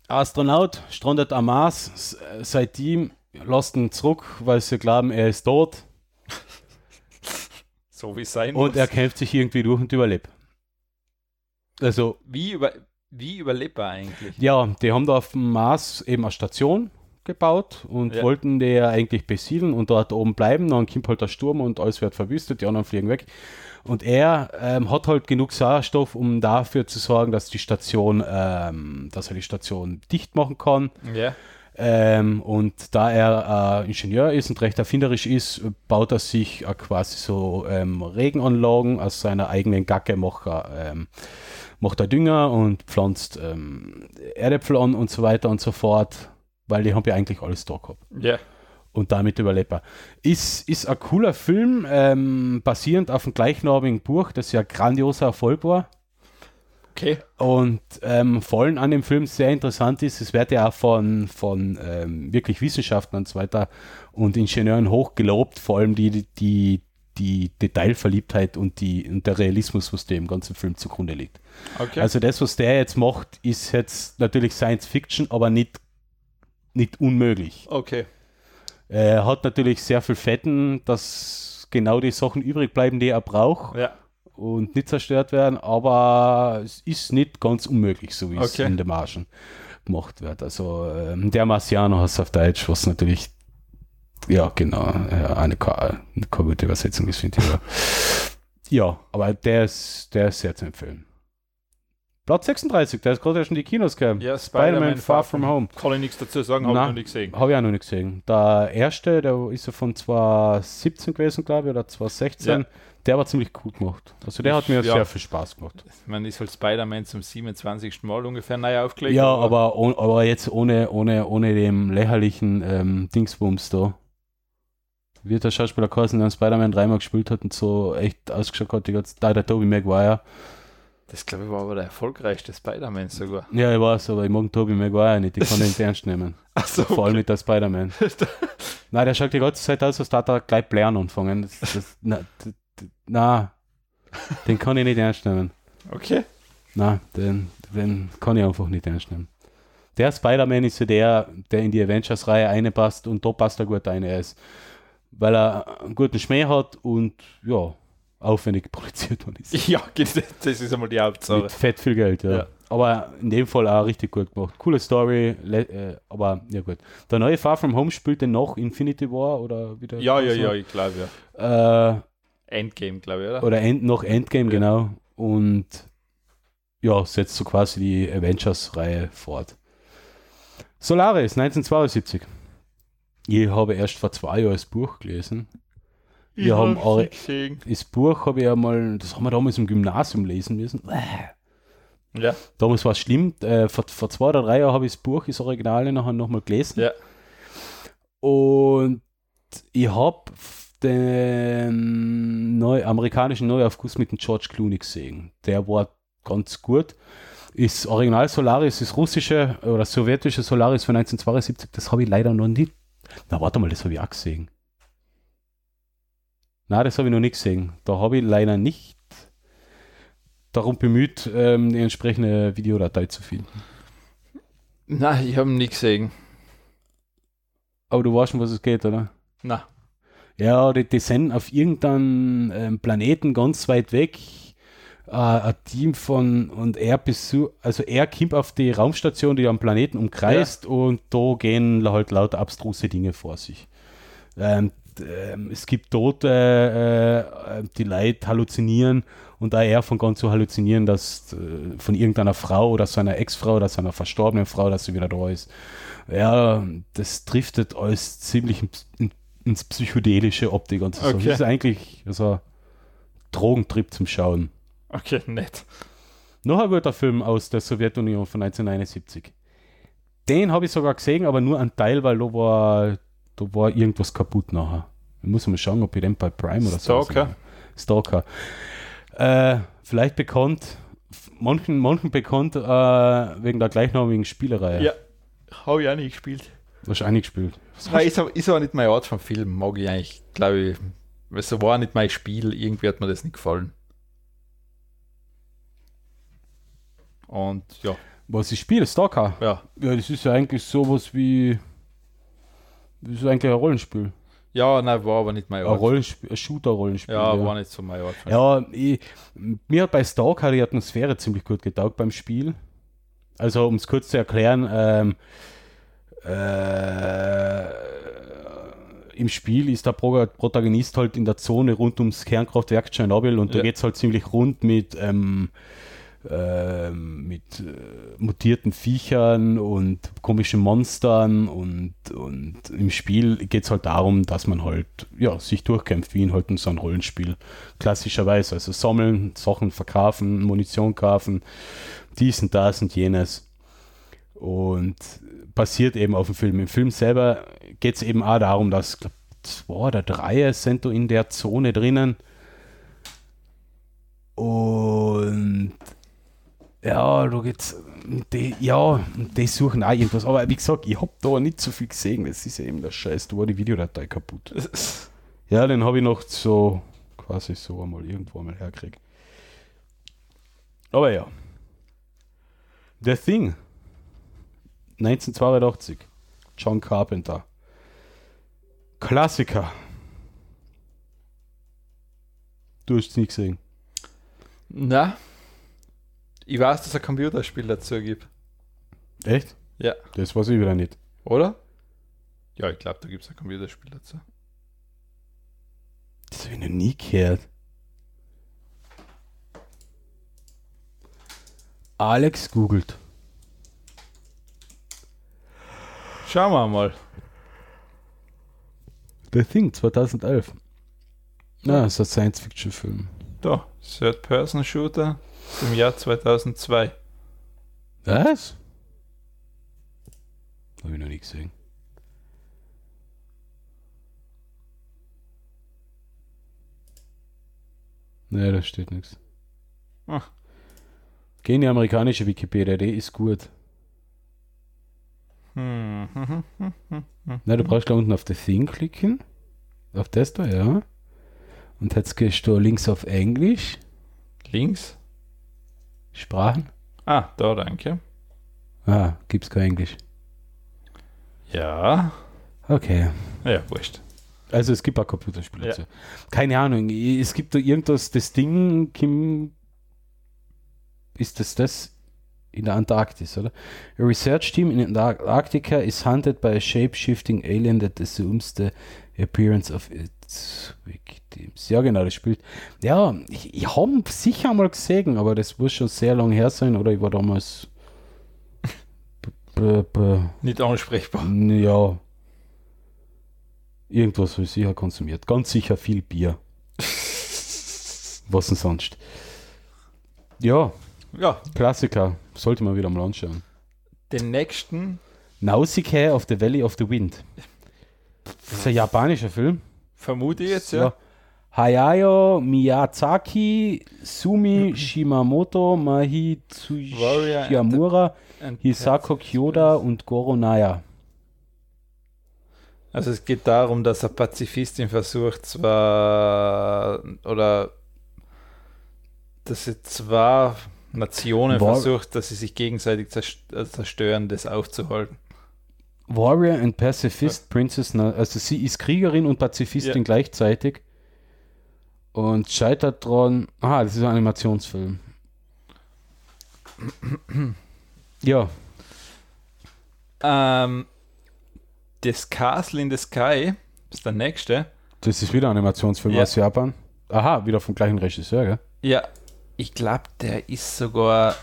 Astronaut strandet am Mars. S- äh, Sein Team lässt ihn zurück, weil sie glauben, er ist tot.
So wie es sein
Und
muss.
er kämpft sich irgendwie durch und überlebt. Also,
wie, über, wie überlebt er eigentlich?
ja, die haben da auf dem Mars eben eine Station gebaut und
Ja.
wollten die ja eigentlich besiedeln und dort oben bleiben. Dann kommt halt der Sturm und alles wird verwüstet, die anderen fliegen weg. Und er ähm, hat halt genug Sauerstoff, um dafür zu sorgen, dass die Station, ähm, dass er die Station dicht machen kann.
Ja,
Ähm, und da er äh, Ingenieur ist und recht erfinderisch ist, baut er sich äh, quasi so ähm, Regenanlagen aus seiner eigenen Gacke, macht er, ähm, macht er Dünger und pflanzt ähm, Erdäpfel an und so weiter und so fort, weil die haben ja eigentlich alles da gehabt.
ja.
Und damit überlebt er. Ist, ist ein cooler Film, ähm, basierend auf dem gleichnamigen Buch, das ja ein grandioser Erfolg war.
Okay.
Und ähm, vor allem an dem Film sehr interessant ist, es wird ja auch von, von ähm, wirklich Wissenschaftlern und so weiter und Ingenieuren hochgelobt, vor allem die, die, die, die Detailverliebtheit und, die, und der Realismus, was dem ganzen Film zugrunde liegt.
okay.
Also das, was der jetzt macht, ist jetzt natürlich Science Fiction, aber nicht, nicht unmöglich.
okay.
Er hat natürlich sehr viel Fetten, dass genau die Sachen übrig bleiben, die er braucht
Ja,
und nicht zerstört werden, aber es ist nicht ganz unmöglich, so wie es
Okay.
in den Margen gemacht wird. Also ähm, der Marciano heißt auf Deutsch, was natürlich ja genau ja, eine, keine keine gute Übersetzung ist, finde ich. aber- ja, aber der ist, der ist sehr zu empfehlen. Platz 36, der ist gerade erst in die Kinos gekommen.
ja
Spider-Man Far From Home.
Kann ich nichts dazu sagen, habe ich
Na.
noch nicht gesehen.
Habe ich auch noch nicht gesehen. Der erste, der ist ja von 2017 gewesen, glaube ich, oder 2016.
Ja.
Der war ziemlich cool gemacht. Also der hat mir
Ja.
sehr viel Spaß gemacht.
Man ist halt Spider-Man zum 27. Mal ungefähr neu aufgelegt.
Ja, aber, oh, aber jetzt ohne, ohne, ohne dem lächerlichen ähm, Dingsbums da. Wird der Schauspieler Carson, der in Spider-Man dreimal gespielt hat und so echt ausgeschaut hat, die ganze, da der Tobey Maguire.
Das glaube ich war aber der erfolgreichste Spider-Man sogar.
Ja, ich weiß, aber ich mag den Tobey Maguire nicht, ich kann den nicht ernst nehmen.
Achso,
Vor allem nicht der Spider-Man. Nein, der schaut die ganze Zeit aus, als hat er also gleich Blären anfangen. Das, das, na, d- d- na, den kann ich nicht ernst nehmen.
okay.
Na, den, den kann ich einfach nicht ernst nehmen. Der Spider-Man ist ja der, der in die Avengers-Reihe einpasst und da passt er gut rein. Er ist, weil er einen guten Schmäh hat und ja, aufwendig produziert worden ist.
Ja, das ist einmal die Hauptsache.
Mit fett viel Geld, ja.
Ja.
Aber in dem Fall auch richtig gut gemacht. Coole Story, le- äh, aber ja gut. Der neue Far From Home spielt denn noch Infinity War oder wieder?
Ja, ja, ja, ich glaube ja.
ja. Äh,
Endgame, glaube ich, oder?
oder End, noch Endgame,
Ja.
genau. Und ja, setzt so quasi die Avengers-Reihe fort. Solaris, 1972. Ich habe erst vor zwei Jahren das Buch gelesen. wir
Ich
haben
hab's
alle-
nicht gesehen.
Das Buch habe ich ja mal, das haben wir damals im Gymnasium lesen müssen.
Ja,
Damals war es schlimm. Äh, vor, vor zwei oder drei Jahren habe ich das Buch, das Originale, nachher nochmal gelesen.
Ja.
Und ich habe den neu, amerikanischen Neuaufguss mit dem George Clooney gesehen. Der war ganz gut. Ist Original Solaris, das russische oder sowjetische Solaris von 1972, das habe ich leider noch nicht. Na, warte mal, das habe ich auch gesehen. Na, das habe ich noch nicht gesehen. Da habe ich leider nicht darum bemüht, ähm, die entsprechende Videodatei zu finden.
nein, ich habe ihn nicht gesehen.
Aber du weißt schon, was es geht, oder?
Na,
Ja, die, die sind auf irgendeinem ähm, Planeten ganz weit weg. Äh, ein Team von und er besucht, also er kommt auf die Raumstation, die am Planeten umkreist und da gehen halt lauter abstruse Dinge vor sich. Ähm, d- ähm, es gibt Tote, äh, äh, die Leute halluzinieren und da er von ganz zu halluzinieren, dass äh, von irgendeiner Frau oder seiner Ex-Frau oder seiner verstorbenen Frau, dass sie wieder da ist. Ja, das driftet alles ziemlich ins- in- ins Psychedelische Optik die ganze Sache.
Okay.
Das ist eigentlich so ein Drogentrip zum Schauen.
Okay, nett.
Noch ein guter Film aus der Sowjetunion von 1971. Den habe ich sogar gesehen, aber nur einen Teil, weil da war, da war irgendwas kaputt nachher. Ich muss mal schauen, ob ich den bei Prime oder so.
Stalker?
sehe. Stalker. Äh, vielleicht bekannt, manchen, manchen bekannt äh, wegen der gleichnamigen Spielerei.
Ja. Habe ich auch nicht gespielt.
Hast du eingespielt. Was
Nein, ist, aber- ist aber nicht mein Art von Film, mag ich eigentlich, glaube ich. Es war nicht mein Spiel, irgendwie hat mir das nicht gefallen. Und ja,
Was ich spiele? Stalker.
ja.
Ja, das ist ja eigentlich sowas wie. Das ist eigentlich ein Rollenspiel.
Ja, nein, war aber nicht mein
Ein,
Ort.
Rollenspiel, ein Shooter-Rollenspiel.
Ja, war nicht so mein Ort. von
Ja, ich, mir hat bei Stalker die Atmosphäre ziemlich gut getaugt beim Spiel. Also, um es kurz zu erklären, ähm, äh, im Spiel ist der Pro- Protagonist halt in der Zone rund ums Kernkraftwerk Tschernobyl und da
Ja.
geht es halt ziemlich rund mit, ähm, ähm, mit äh, mutierten Viechern und komischen Monstern und, und im Spiel geht es halt darum, dass man halt ja, sich durchkämpft, wie in halt in so einem Rollenspiel klassischerweise. Also sammeln, Sachen verkaufen, Munition kaufen, dies und das und jenes. Und basiert eben auf dem Film. Im Film selber geht es eben auch darum, dass glaub, zwei oder drei sind da in der Zone drinnen. Und ja, da geht's. Die, ja, die suchen auch irgendwas. Aber wie gesagt, ich hab da nicht so viel gesehen. Das ist ja eben der Scheiß. Da war die Videodatei kaputt. Ja, den habe ich noch so quasi so einmal irgendwo mal herkriegt. Aber ja. The Thing. 1982. John Carpenter. Klassiker. Du hast es nie gesehen.
Na, ich weiß, dass es ein Computerspiel dazu gibt,
Echt?
Ja.
Das weiß ich wieder nicht.
oder? Ja, ich glaube, da gibt es ein Computerspiel dazu.
Das habe ich noch nie gehört. Alex googelt.
Schauen wir mal.
The Thing 2011. Na, ist ein Science-Fiction-Film.
Da, Third-Person-Shooter im Jahr 2002.
Was? Habe ich noch nie gesehen. Nee, da steht nichts. Ah.
Ach.
Geh in die amerikanische Wikipedia, die ist gut.
Hm, hm, hm, hm, hm.
Na, du brauchst da unten auf The Thing klicken. Auf das da, ja. Und jetzt gehst du links auf Englisch,
Links?
Sprachen.
Ah, da, danke.
Ah, gibt's kein Englisch.
Ja,
Okay.
ja, wurscht.
Also es gibt auch Computerspiele.
Ja.
dazu. Keine Ahnung, i- es gibt da irgendwas, das Ding, Kim, ist das das in der Antarktis, oder? A research team in Antarctica is hunted by a shape-shifting alien that assumes the appearance of its victims. Ja, genau, das spielt. Ja, ich, ich habe sicher mal gesehen, aber das muss schon sehr lang her sein, oder ich war damals... b- b- b-
Nicht ansprechbar.
ja. Irgendwas habe ich sicher konsumiert. Ganz sicher viel Bier. Was denn sonst? Ja,
Ja,
Klassiker. Sollte man wieder mal anschauen.
den nächsten
Nausicaa of the Valley of the Wind. Das ist ein japanischer Film.
vermute ich jetzt, ja.
Hayao Miyazaki, Sumi Shimamoto, Mahi
Warrior and the-
Tsuyamura,
Und-
Hisako Kyoda und Goro Naya.
Also es geht darum, dass eine Pazifistin versucht, zwar oder dass sie zwar Nationen
War-
versucht, dass sie sich gegenseitig zerst- äh, zerstören, das aufzuhalten.
Warrior and Pacifist Princess, Na- also sie ist Kriegerin und Pazifistin
Ja.
gleichzeitig. Und scheitert dran. Ah, das ist ein Animationsfilm. ja,
Ähm, das Castle in the Sky ist der nächste.
das ist wieder ein Animationsfilm
Ja.
aus Japan. Aha, wieder vom gleichen Regisseur, gell?
Ja, ich glaube, der ist sogar,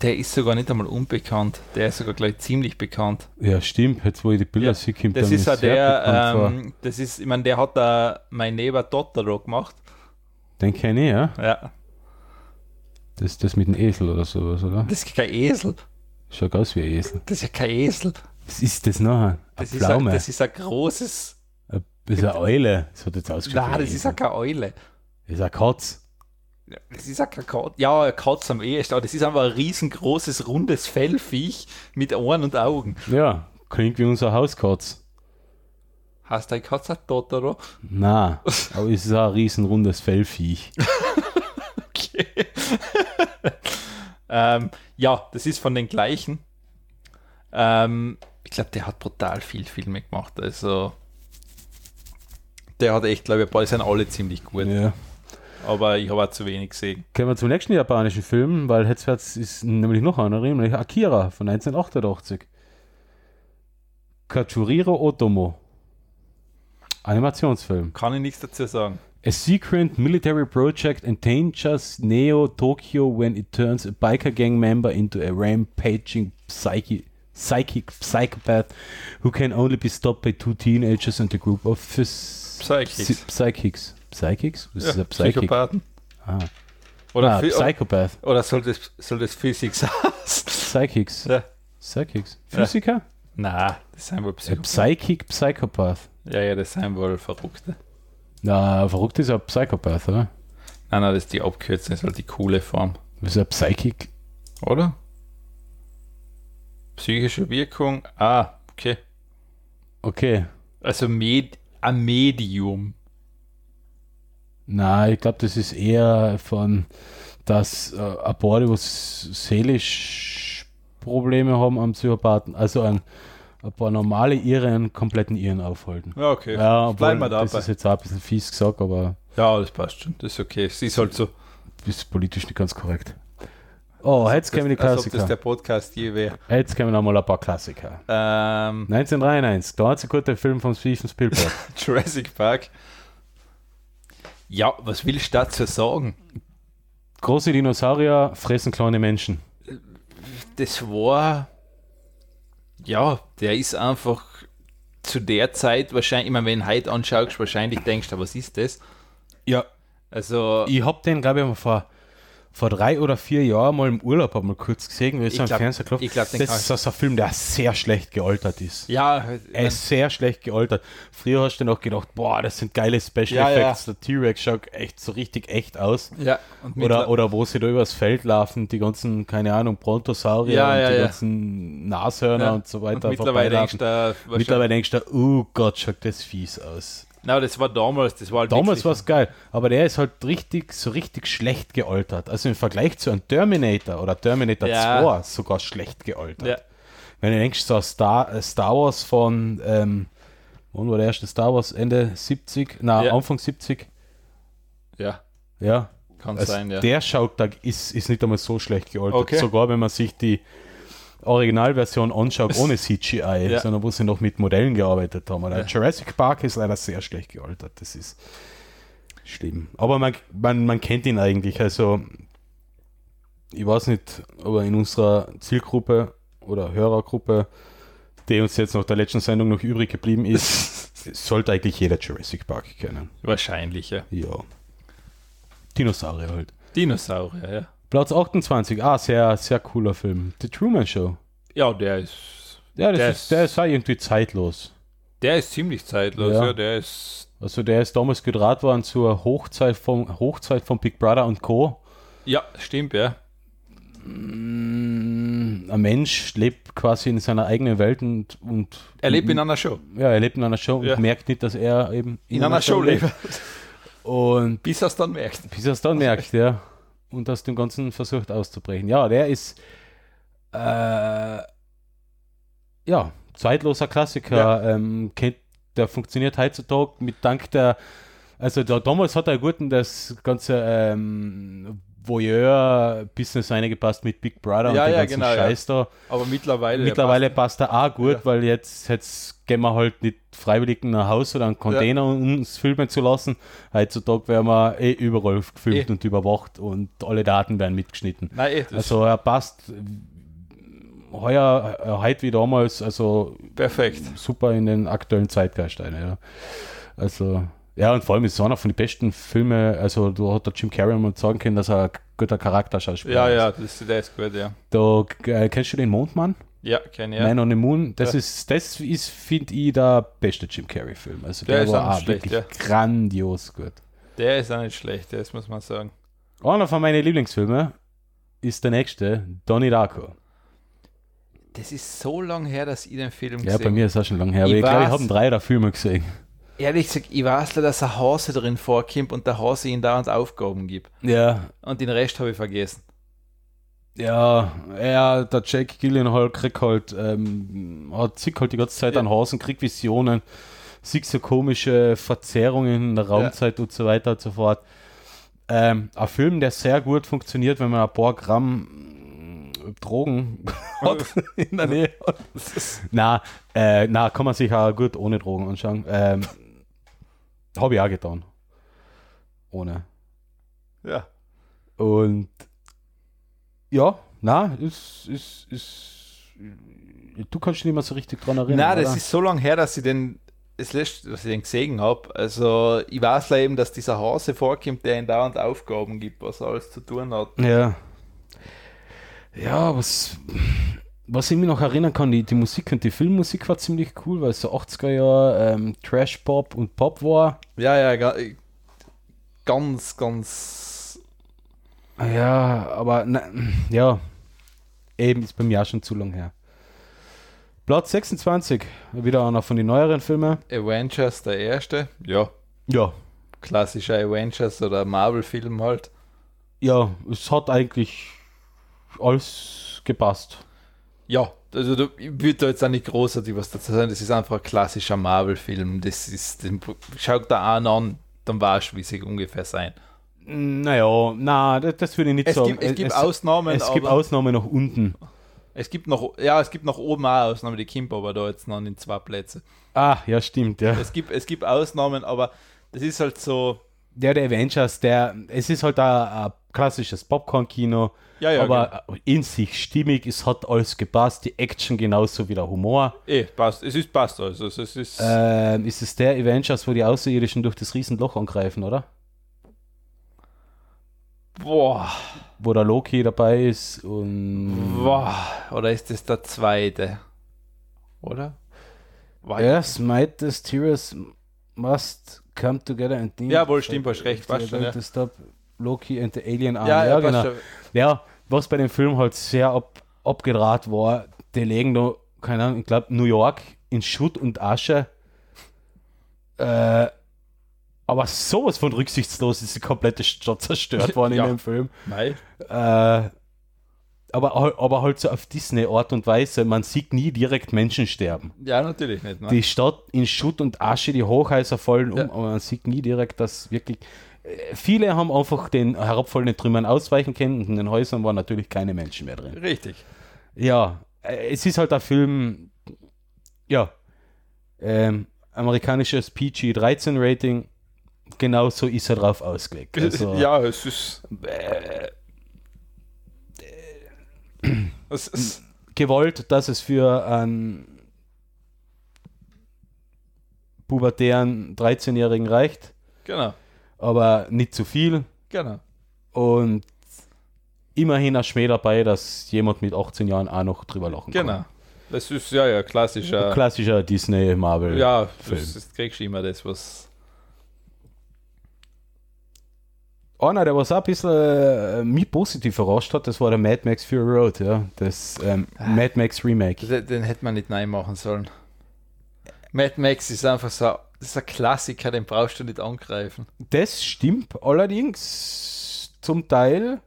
der ist sogar nicht einmal unbekannt. Der ist sogar gleich ziemlich bekannt.
Ja, stimmt. Jetzt, wo ich die Bilder
Ja,
sehe, kommt
Das
er
ist
mir
ja
sehr
der,
bekannt vor.
ähm, das ist, ich meine, der hat da mein Neighbor Totoro gemacht.
Den kenne ich, ja?
Ja,
Das ist das mit dem Esel oder sowas, oder?
das ist kein Esel.
Schaut aus wie ein Esel.
Das ist ja kein Esel.
Was ist das noch? Eine
Das ist, ein,
Pflaume?
das ist ein großes.
Ein- Das ist eine Eule. Das hat jetzt ausgeschaut. wie
Nein,
ein
das ist
Esel.
ja keine Eule.
Das ist ein Katz.
Das ist ja kein Katz. Ja, eine Katz am ehesten, aber das ist einfach ein riesengroßes, rundes Fellviech mit Ohren und Augen.
Ja, klingt wie unser Hauskatz.
Hast du eine Katz ein Totoro?
Na, aber es ist auch ein riesenrundes Fellviech.
Okay. ähm, ja, das ist von den gleichen. Ähm, ich glaube, der hat brutal viel Filme gemacht. Also, der hat echt, glaube ich, ein paar die sind alle ziemlich gut.
Ja.
Aber ich habe auch zu wenig gesehen.
Kommen wir zum nächsten japanischen Film, weil Hetzwärts ist nämlich noch einer, nämlich Akira von 1988. Kachuriro Otomo. Animationsfilm.
Kann ich nichts dazu sagen.
A secret military project endangers Neo Tokyo when it turns a biker gang member into a rampaging psyche, psychic psychopath who can only be stopped by two teenagers and a group of phys-
Psychics.
psy- psychics. Psychics? Was ist ein Psychic?
Psychopathen.
Ah.
Oder,
Ah,
Phy-
Psychopath.
oder soll das, soll das Physik sein?
Psychics.
Ja.
Psychics.
Ja.
Physiker?
Nein, das sind wohl
A
Psycho
Psychic Psychopath.
ja, ja, das sind wohl Verrückte.
Na, verrückt ist ein Psychopath, oder?
Nein, nein, das ist die Abkürzung, das ist halt die coole Form.
Was ist ein Psychic?
Oder? Psychische Wirkung. Ah, okay.
Okay.
Also Med ein Medium.
Na, ich glaube, das ist eher von, dass äh, ein paar, die was seelisch Probleme haben am Psychopathen, also ein, ein paar normale Irre einen kompletten Irren aufhalten.
Ja, okay.
Ja, obwohl,
Bleiben wir
das ist
dabei.
jetzt auch ein bisschen fies gesagt, aber
Ja, das passt schon. Das ist okay. Es ist halt so.
ist politisch nicht ganz korrekt. Oh, jetzt
Also das,
kämen die
als ob das
Klassiker.
der Podcast je wäre.
Jetzt kämen nochmal ein paar Klassiker.
Ähm,
1993, der einzige gute Film von Steven Spielberg.
Jurassic Park. Ja, was willst du dazu sagen?
Große Dinosaurier fressen kleine Menschen.
Das war. Ja, der ist einfach zu der Zeit wahrscheinlich, immer wenn du heute anschaust, wahrscheinlich denkst du, was ist das?
Ja,
Also.
Ich hab den, glaube ich, mal vor, vor drei oder vier Jahren mal im Urlaub hab mal kurz gesehen, weil ich
Ich
so am
glaub-
Fernseher gelaufen
ich glaub, den kann
Das ist so ein Film, der sehr schlecht gealtert ist.
Ja,
Er ist sehr schlecht gealtert. Früher hast du noch gedacht, boah, das sind geile Special
Ja, ja.
Effects. Der T-Rex schaut echt so richtig echt aus.
ja. Und
Oder,
mittler-
oder wo sie da übers Feld laufen, die ganzen, keine Ahnung, Brontosaurier
Ja,
und
ja,
die
ja.
ganzen Nashörner
Ja.
und so weiter.
Und mittlerweile denkst
vorbeilaufen.
du, da wahrscheinlich-
mittlerweile denkst du, oh Gott, schaut das fies aus.
na, das war damals, das war halt
Damals
wirklich-
war es geil, aber der ist halt richtig, so richtig schlecht gealtert. Also im Vergleich zu einem Terminator oder Terminator
Ja.
2 sogar schlecht gealtert.
Ja.
Wenn du denkst, so ein Star, äh, Star Wars von, ähm, wann war der erste Star Wars? Ende 70, na
Ja.
Anfang 70,
Ja,
ja.
kann
Also
sein, ja.
Der Schautag ist, ist nicht einmal so schlecht gealtert.
Okay.
Sogar wenn man sich die Originalversion anschaut, ohne CGI,
Ja.
sondern wo sie noch mit Modellen gearbeitet haben. Oder Jurassic Park ist leider sehr schlecht gealtert. Das ist schlimm. Aber man, man, man kennt ihn eigentlich. Also, ich weiß nicht, aber in unserer Zielgruppe oder Hörergruppe, die uns jetzt nach der letzten Sendung noch übrig geblieben ist, sollte eigentlich jeder Jurassic Park kennen.
Wahrscheinlich, ja.
Ja. Dinosaurier halt.
Dinosaurier, ja.
Platz 28, ah, sehr, sehr cooler Film. The Truman Show.
Ja, der ist,
Ja, das
Der
ist,
ist-
der ist auch irgendwie zeitlos.
der ist ziemlich zeitlos,
Ja.
ja. der ist,
Also der ist damals gedreht worden zur Hochzeit von, Hochzeit von Big Brother und Co.
ja, stimmt, ja.
Mm, Ein Mensch lebt quasi in seiner eigenen Welt und, und
Er lebt in einer Show.
ja, er lebt in einer Show
Ja.
und merkt nicht, dass er eben
In, einer, Show lebt.
Und
Bis er es dann merkt.
Bis er es
Also
dann merkt, ja. Und aus dem Ganzen versucht auszubrechen. Ja, der ist. Äh, ja, zeitloser Klassiker. Ähm, kennt, der funktioniert heutzutage mit Dank der, also da, damals hat er guten das ganze ähm, Voyeur-Business reingepasst mit Big Brother
Ja,
und dem
ja,
ganzen
genau, ja.
Scheiß da.
Aber mittlerweile.
Mittlerweile passt er auch gut,
Ja.
weil jetzt, jetzt gehen wir halt nicht freiwillig in ein Haus oder einen Container, um uns filmen zu lassen. Heutzutage werden wir eh überall gefilmt
Eh.
und überwacht und alle Daten werden mitgeschnitten.
Nein, eh, das
Also er passt heuer, äh, heute wie damals, also
ist perfekt.
super in den aktuellen Zeitgeist ein. Ja. Also, ja, und vor allem ist es einer von den besten Filmen, also da hat der Jim Carrey mal sagen können, dass er ein guter Charakterschauspieler
Ja,
ist.
ja, das ist, der ist gut, ja.
Da, äh, kennst du den Mondmann?
Ja, kenne ja.
Man on the Moon, das
Ja.
ist, das ist, finde ich, der beste Jim Carrey-Film. Also
Der
der,
ist auch
war
nicht
auch
schlecht,
wirklich
ja.
grandios gut.
Der ist auch nicht schlecht, das muss man sagen.
Einer von meinen Lieblingsfilmen ist der nächste, Donnie Darko.
Das ist so lang her, dass ich den Film
Ja, bei mir ist das schon lange her, aber
Ich
ich glaube, ich
weiß.
habe ihn drei oder vier Mal gesehen.
Ehrlich gesagt, ich weiß nur, dass ein Hase drin vorkommt und der Hase ihm dauernd Aufgaben gibt.
Ja,
Und den Rest habe ich vergessen.
ja, er, der Jake Gyllenhaal kriegt halt, ähm, hat sich halt die ganze Zeit
Ja.
an Haus und kriegt Visionen, sieht so komische Verzerrungen in der Raumzeit und so weiter und so fort. Ähm, ein Film, der sehr gut funktioniert, wenn man ein paar Gramm mm, Drogen hat in der Nähe. hat. na, äh, na, kann man sich auch gut ohne Drogen anschauen. Ähm, Habe ich auch getan. Ohne.
Ja.
Und ja, na, ist, ist, ist. Du kannst dich nicht mehr so richtig dran erinnern.
Na, das
oder?
ist so lange her, dass ich den das letzte, was ich den gesehen habe. Also ich weiß leider eben, dass dieser Hase vorkommt, der ihm dauernd Aufgaben gibt, was er alles zu tun hat.
Ja. Ja, was, was ich mich noch erinnern kann, die, die Musik und die Filmmusik war ziemlich cool, weil es so 80er Jahre ähm, Trash-Pop und Pop war.
Ja, ja, ga- ganz, ganz.
Ja, aber na, ja, eben ist bei mir auch schon zu lang her. Platz 26, wieder einer von den neueren Filmen.
Avengers, der erste. Ja.
Ja.
Klassischer Avengers oder Marvel-Film halt.
Ja, es hat eigentlich alles gepasst.
Ja, also da, ich würde da jetzt auch nicht großartig was dazu sagen. Das ist einfach ein klassischer Marvel-Film. Das ist, den, schaut da einen an, dann weißt du, wie sie ungefähr sein.
Naja, na, das, das würde ich nicht
Es
sagen.
gibt, es gibt
es,
Ausnahmen,
es gibt
aber-
Ausnahmen nach unten.
Es gibt noch, ja, es gibt noch oben auch Ausnahmen, die Kimbo aber da jetzt noch in zwei Plätze.
Ah, ja, stimmt, ja.
Es gibt, es gibt Ausnahmen, aber das ist halt so,
Der, der Avengers, der, es ist halt ein, ein klassisches Popcorn-Kino,
Ja, ja, genau.
aber in sich stimmig, es hat alles gepasst, die Action genauso wie der Humor.
eh, passt, es ist passt also, es ist, es ist
Ähm, ist es der Avengers, wo die Außerirdischen durch das Riesenloch angreifen, oder?
boah,
Wo der Loki dabei ist und.
boah, oder ist das der zweite? Oder? Weil,
Earth, smite the Tears must come together and think.
Jawohl, stimmt, hast recht, passt schon, ja.
To stop Loki and the Alien Army.
ja, ja, passt
genau.
schon.
ja, was bei dem Film halt sehr ab, abgedraht war, die legen da, keine Ahnung, ich glaube, New York in Schutt und Asche. Äh, aber sowas von rücksichtslos ist die komplette Stadt zerstört worden
Ja.
in dem Film.
Nein.
Äh, aber, hal- aber halt so auf Disney-Art und Weise, man sieht nie direkt Menschen sterben
Ja, natürlich nicht. Ne?
die Stadt in Schutt und Asche, die Hochhäuser fallen um,
Ja.
aber man sieht nie direkt, dass wirklich. äh, Viele haben einfach den herabfallenden Trümmern ausweichen können und in den Häusern waren natürlich keine Menschen mehr drin.
Richtig.
Ja, äh, es ist halt ein Film, ja, ähm, amerikanisches PG-13-Rating, genauso genau ist er drauf ausgelegt. Also,
Ja, es ist. äh, Es ist
gewollt, dass es für einen pubertären 13-Jährigen reicht,
genau,
aber nicht zu viel.
genau.
Und immerhin ein Schmäh dabei, dass jemand mit 18 Jahren auch noch drüber lachen
Genau.
kann.
Das ist ja, ja, klassischer.
Klassischer Disney, Marvel.
ja,
Film.
das, das kriegst du immer das, was.
Einer, der was auch ein bisschen äh, mich positiv überrascht hat, das war der Mad Max Fury Road, ja. Das ähm,
Ah.
Mad Max Remake.
Den, den hätte man nicht nein machen sollen. Mad Max ist einfach so. Das ist ein Klassiker, den brauchst du nicht angreifen.
Das stimmt allerdings zum Teil.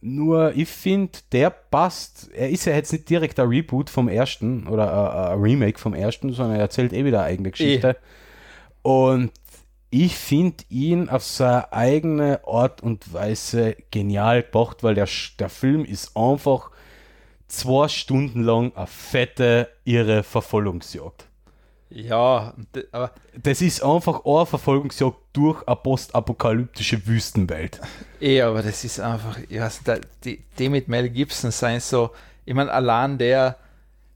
Nur ich finde, der passt. Er ist ja jetzt nicht direkt ein Reboot vom ersten oder ein- ein Remake vom ersten, sondern er erzählt eh wieder eine eigene Geschichte. Und ich finde ihn auf seine eigene Art und Weise genial gebracht, weil der, Sch- der Film ist einfach zwei Stunden lang eine fette, irre Verfolgungsjagd.
Ja, und d- aber
Das ist einfach eine Verfolgungsjagd durch eine postapokalyptische Wüstenwelt.
eh, aber das ist einfach, ich weiß, nicht, da, die, die mit Mel Gibson sein so, ich meine, allein der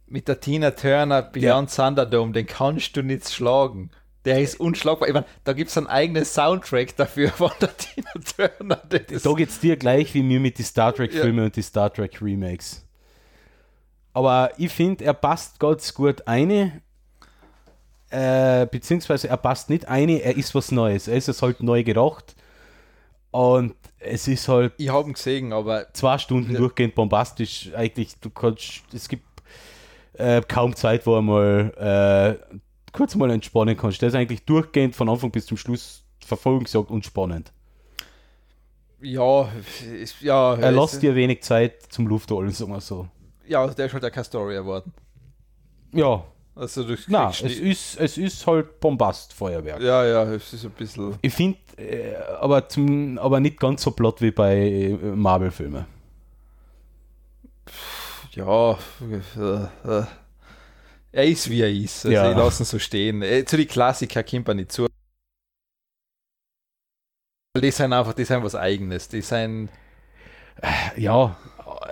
mit der Tina Turner Beyond Thunderdome, den kannst du nicht schlagen. Der ist unschlagbar. Ich meine, da gibt es einen eigenen Soundtrack dafür von der Tina Turner. Das ist-
Da geht's dir gleich wie mir mit die Star Trek-Filmen und die Star Trek-Remakes. Aber ich finde, er passt ganz gut eine. Äh, beziehungsweise er passt nicht eine, er ist was Neues. Er ist es halt neu gedacht. Und es ist halt
ich habe ihn gesehen, aber
zwei Stunden
Ja.
durchgehend bombastisch. Eigentlich, du kannst, es gibt äh, kaum Zeit, wo er mal äh, kurz mal entspannen kannst. Der ist eigentlich durchgehend von Anfang bis zum Schluss verfolgungsjagd und spannend.
ja, ist, ja,
Er lässt
ist,
dir wenig Zeit zum Luftholen, sagen wir so.
ja, der ist halt der Castoria geworden.
Ja,
Also du
na, es
kriegst nie-
ist, es ist halt Bombast-Feuerwerk.
ja, ja, es ist ein bisschen.
Ich finde, äh, aber, zum, aber nicht ganz so platt wie bei äh, Marvel-Filmen.
Ja, äh, äh, er ist wie er ist. Also
Ja.
ich lasse ihn so stehen. Äh, Zu den Klassiker kommt man nicht zu. Die sind einfach, die sind was eigenes. Die sind.
Ja,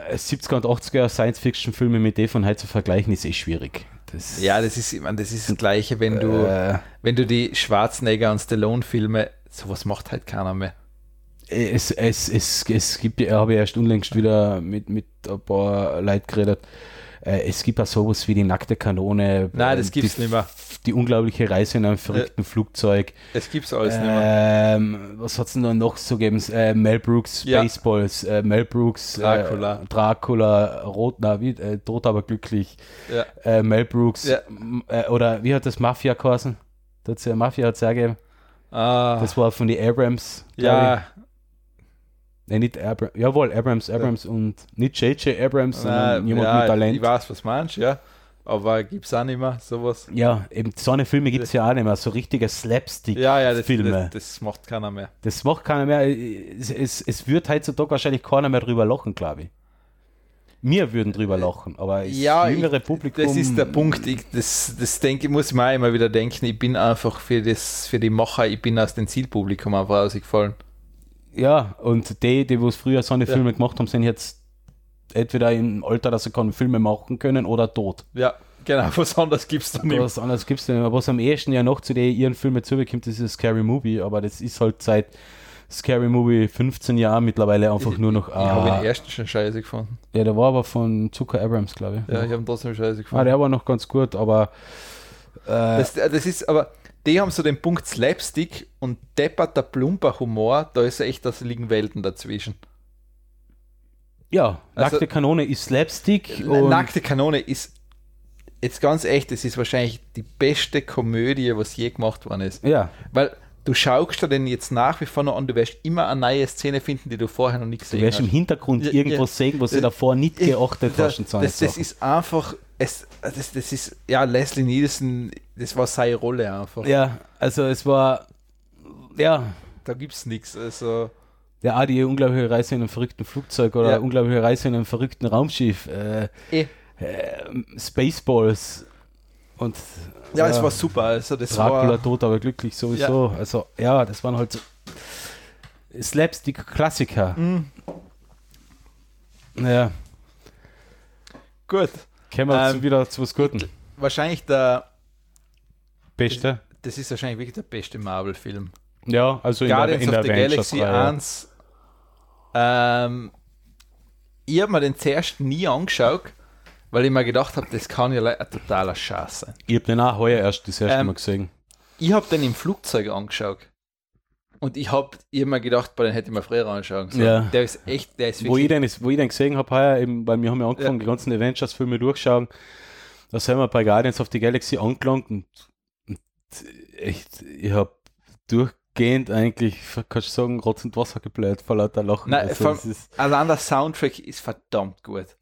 äh, 70er und 80er Science-Fiction-Filme mit denen von heute zu vergleichen, ist eh schwierig. Das,
Ja, das ist, ich meine, das ist das Gleiche, wenn du,
Äh,
wenn du die Schwarzenegger und Stallone-Filme, sowas macht halt keiner mehr.
es, es, es, es gibt, ja- habe ich erst unlängst wieder mit, mit ein paar Leuten geredet. Äh, Es gibt auch sowas wie die nackte Kanone.
Nein,
äh,
das gibt's
die,
nicht mehr.
Die unglaubliche Reise in einem verrückten Flugzeug.
Es gibt's alles nicht mehr.
Ähm, was hat es denn da noch so gegeben? Äh, Mel Brooks
Ja.
Baseballs, äh, Mel Brooks
Dracula.
äh, Dracula, Rot, na, wie, äh, Tot aber glücklich,
Ja.
äh, Mel Brooks
Ja.
m- äh, oder wie hat das Mafia geheißen? Das, äh, Mafia hat es gegeben.
Ah,
Das war von den Abrams. glaub
ja,
Ich. Nein, nicht Abrams. Jawohl, Abrams, Abrams und nicht J.J. Abrams,
Na,
sondern jemand
ja,
mit Talent.
Ich weiß, was du meinst, ja. Aber gibt's auch nicht mehr sowas.
ja, eben so eine Filme gibt es ja auch nicht mehr. So richtige Slapstick.
Ja, ja, das,
Filme.
Das, das macht keiner mehr.
Das macht keiner mehr. äh, Es, es, es wird heutzutage wahrscheinlich keiner mehr drüber lachen, glaube ich. Wir würden drüber lachen, aber das
Äh, Ja, ich-
jüngere Publikum.
Das ist der Punkt. Ich, das das denke, ich muss mir auch immer wieder denken, ich bin einfach für das, für die Macher, ich bin aus dem Zielpublikum einfach rausgefallen.
Ja, und die, die was früher so eine Filme gemacht haben, sind jetzt entweder im Alter, dass sie keine Filme machen können oder tot.
Ja, genau, was anderes gibt's da nicht.
Was anderes gibt es nicht mehr. Was am ehesten ja noch zu den ihren Filmen zubekommt, ist das Scary Movie, aber das ist halt seit Scary Movie 15 Jahren mittlerweile einfach nur noch.
Ich habe den
ah,
ersten schon scheiße gefunden.
ja, der war aber von Zucker Abrams, glaube ich.
Ja, ich habe ihn trotzdem scheiße gefunden.
Ah, der war noch ganz gut, aber. Äh,
Das, das ist aber, die haben so den Punkt Slapstick und depperter, plumper Humor, da ist echt, das liegen Welten dazwischen.
Ja,
Also-
nackte Kanone ist Slapstick und
Nackte Kanone ist jetzt ganz echt, es ist wahrscheinlich die beste Komödie, was je gemacht worden ist.
ja,
Weil du schaust dir den jetzt nach wie vor noch an, du wirst immer eine neue Szene finden, die du vorher noch nicht
du
gesehen
wirst im
hast.
Hintergrund
Ja,
irgendwas sehen, was du
Ja.
davor nicht geachtet
Da-
hast. und so eine
das, das
Sachen.
ist einfach, es, das, das ist, ja, Leslie Nielsen, das war seine Rolle einfach.
ja, also es war, ja,
Da gibt's nichts. Also,
der A, die unglaubliche Reise in einem verrückten Flugzeug oder
Ja.
unglaubliche Reise in einem verrückten Raumschiff, äh, ähm,
eh,
Spaceballs und
ja, es
Ja.
war super. Also, das
Dracula
war,
tot, aber glücklich sowieso. Also ja, das waren halt so Slapstick-Klassiker.
Mhm.
Ja,
gut.
kommen wir
Ähm,
zu, wieder zu was Guten.
Wahrscheinlich der,
Beste.
das ist wahrscheinlich wirklich der beste Marvel-Film.
Ja, also in der,
Guardians
in der
of the
Avengers
Galaxy
Reihe.
1. Ähm, ich habe mir den zuerst nie angeschaut, weil ich mir gedacht habe, das kann ja le- ein totaler Scheiß sein.
Ich habe den auch heuer erst das erste
Ähm,
Mal gesehen.
Ich habe den im Flugzeug angeschaut. Und ich habe immer gedacht, bei den hätte ich mir früher anschauen sollen.
Ja.
Der ist echt, der ist
Wo ich,
wirklich.
den, wo ich den gesehen habe, heuer, eben, weil wir haben ja angefangen,
Ja.
die ganzen Avengers-Filme durchschauen, da sind wir bei Guardians of the Galaxy angelangt und, und echt, ich habe durch durchgehend eigentlich, kannst du sagen, Rotz und Wasser gebläht vor lauter Lachen.
Nein,
also,
vor
es ist,
Allein der Soundtrack ist verdammt gut.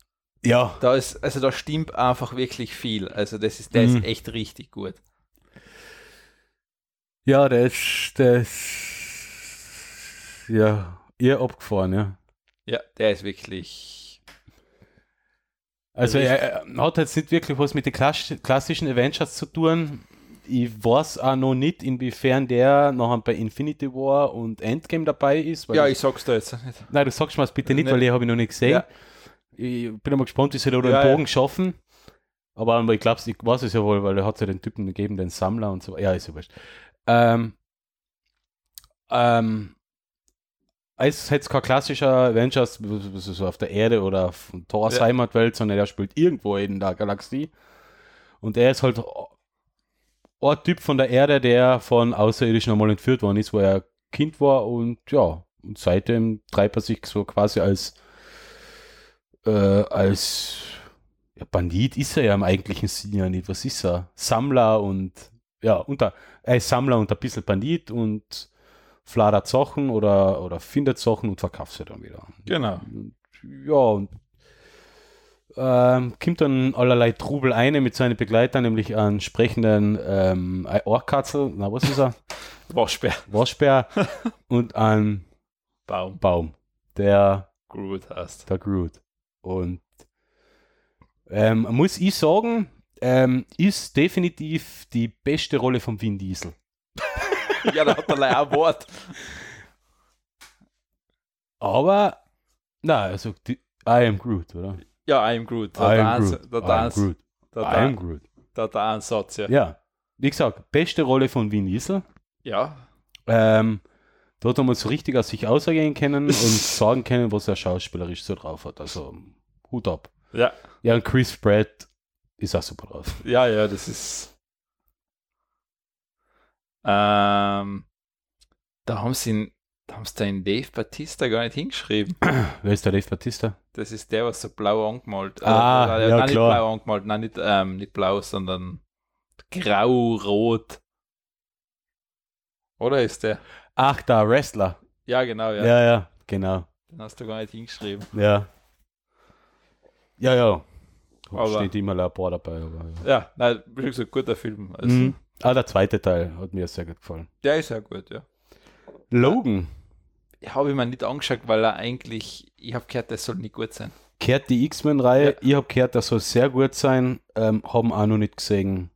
ja,
Da ist, also da stimmt einfach wirklich viel. Also das ist, der
Mhm.
ist echt richtig gut.
ja, der ist, der ist, ja, eher abgefahren, ja.
Ja, der ist wirklich.
Also
Also ich-
er, er hat jetzt nicht wirklich was mit den klass- klassischen Avengers zu tun. Ich weiß auch noch nicht, inwiefern der noch bei Infinity War und Endgame dabei ist. weil
Ja,
ich-
ich sag's da jetzt nicht.
Nein, du sagst mir das bitte nicht,
Nein.
weil ich habe ihn noch nicht gesehen.
Ja.
Ich bin mal gespannt, wie sie da den
Ja, ja.
Bogen schaffen. Aber ich glaube, ich weiß es ja wohl, weil er hat ja den Typen gegeben, den Sammler und so. Ja, ist ja wurscht. Ähm, ähm, es ist jetzt kein klassischer Avengers, was- was so auf der Erde oder auf Thors
Ja.
Heimatwelt, sondern er spielt irgendwo in der Galaxie. Und er ist halt ein Typ von der Erde, der von Außerirdischen einmal entführt worden ist, wo er Kind war und ja, und seitdem treibt er sich so quasi als äh, als ja, Bandit ist er ja im eigentlichen Sinne ja nicht. Was ist er? Sammler und ja, unter er ist Sammler und ein bisschen Bandit und fladert Sachen oder, oder findet Sachen und verkauft sie dann wieder.
Genau.
Und, ja, und ähm, kommt dann allerlei Trubel ein mit seinen Begleitern, nämlich an sprechenden ähm, Ohrkatzel, na was ist er?
Waschbär.
Waschbär und an
Baum.
Baum, der
Groot hast.
der Groot. Und ähm, muss ich sagen, ähm, ist definitiv die beste Rolle von Vin Diesel.
Ja, da hat er leider ein Wort.
Aber, na, er sagt, die- I am Groot, oder?
Ja, I'm Groot.
I
Der
am
Tanz,
Groot.
der
I am
Tanz,
Groot.
der
I am
Tanz,
Groot.
der Tanzsatz, ja.
Ja, wie gesagt, beste Rolle von Vin Diesel.
Ja,
Ähm, dort haben wir so richtig aus sich ausgehen können und sagen können, was er schauspielerisch so drauf hat. Also, Hut ab.
ja,
Ja, und Chris Pratt ist auch super drauf.
ja, ja, das ist. Ähm, da haben sie ihn- da haben sie den Dave Batista gar nicht hingeschrieben.
Wer ist der Dave Batista?
Das ist der, was so blau angemalt.
Ah,
äh,
ja, klar.
nein, nicht blau angemalt, nein, nicht, ähm, nicht blau, sondern grau-rot. Oder ist der?
Ach, der Wrestler.
Ja, genau, ja.
ja, ja genau.
Den hast du gar nicht hingeschrieben.
Ja. Ja, ja.
Aber-
Steht immer ein paar dabei. Aber, ja.
Ja, nein, wie schon gesagt, guter Film. Also,
Mhm. Ah, der zweite Teil hat mir sehr gut gefallen.
Der ist ja gut, ja.
Logan.
Habe ich mir nicht angeschaut, weil er eigentlich, ich habe gehört, das soll nicht gut sein.
Kehrt die X-Men-Reihe. Ich habe gehört, das soll sehr gut sein. Ähm, haben auch noch nicht gesehen.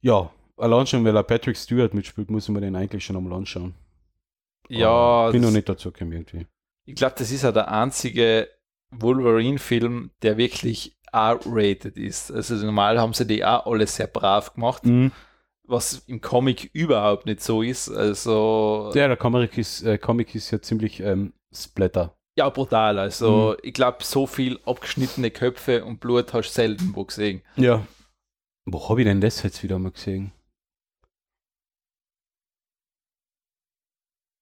Ja, allein schon, weil er Patrick Stewart mitspielt, muss ich mir den eigentlich schon einmal anschauen.
Ja,
Oh, Bin noch
das,
nicht dazu gekommen irgendwie.
ich glaube, das ist ja der einzige Wolverine-Film, der wirklich R-rated ist. Also normal haben sie die auch alle sehr brav gemacht,
Mhm.
was im Comic überhaupt nicht so ist. Also
Ja, der Comic ist, äh, Comic ist ja ziemlich ähm, Splatter.
ja, brutal. Also
Mhm.
ich glaube, so viel abgeschnittene Köpfe und Blut hast du selten wo gesehen.
Ja. Wo habe ich denn das jetzt wieder mal gesehen?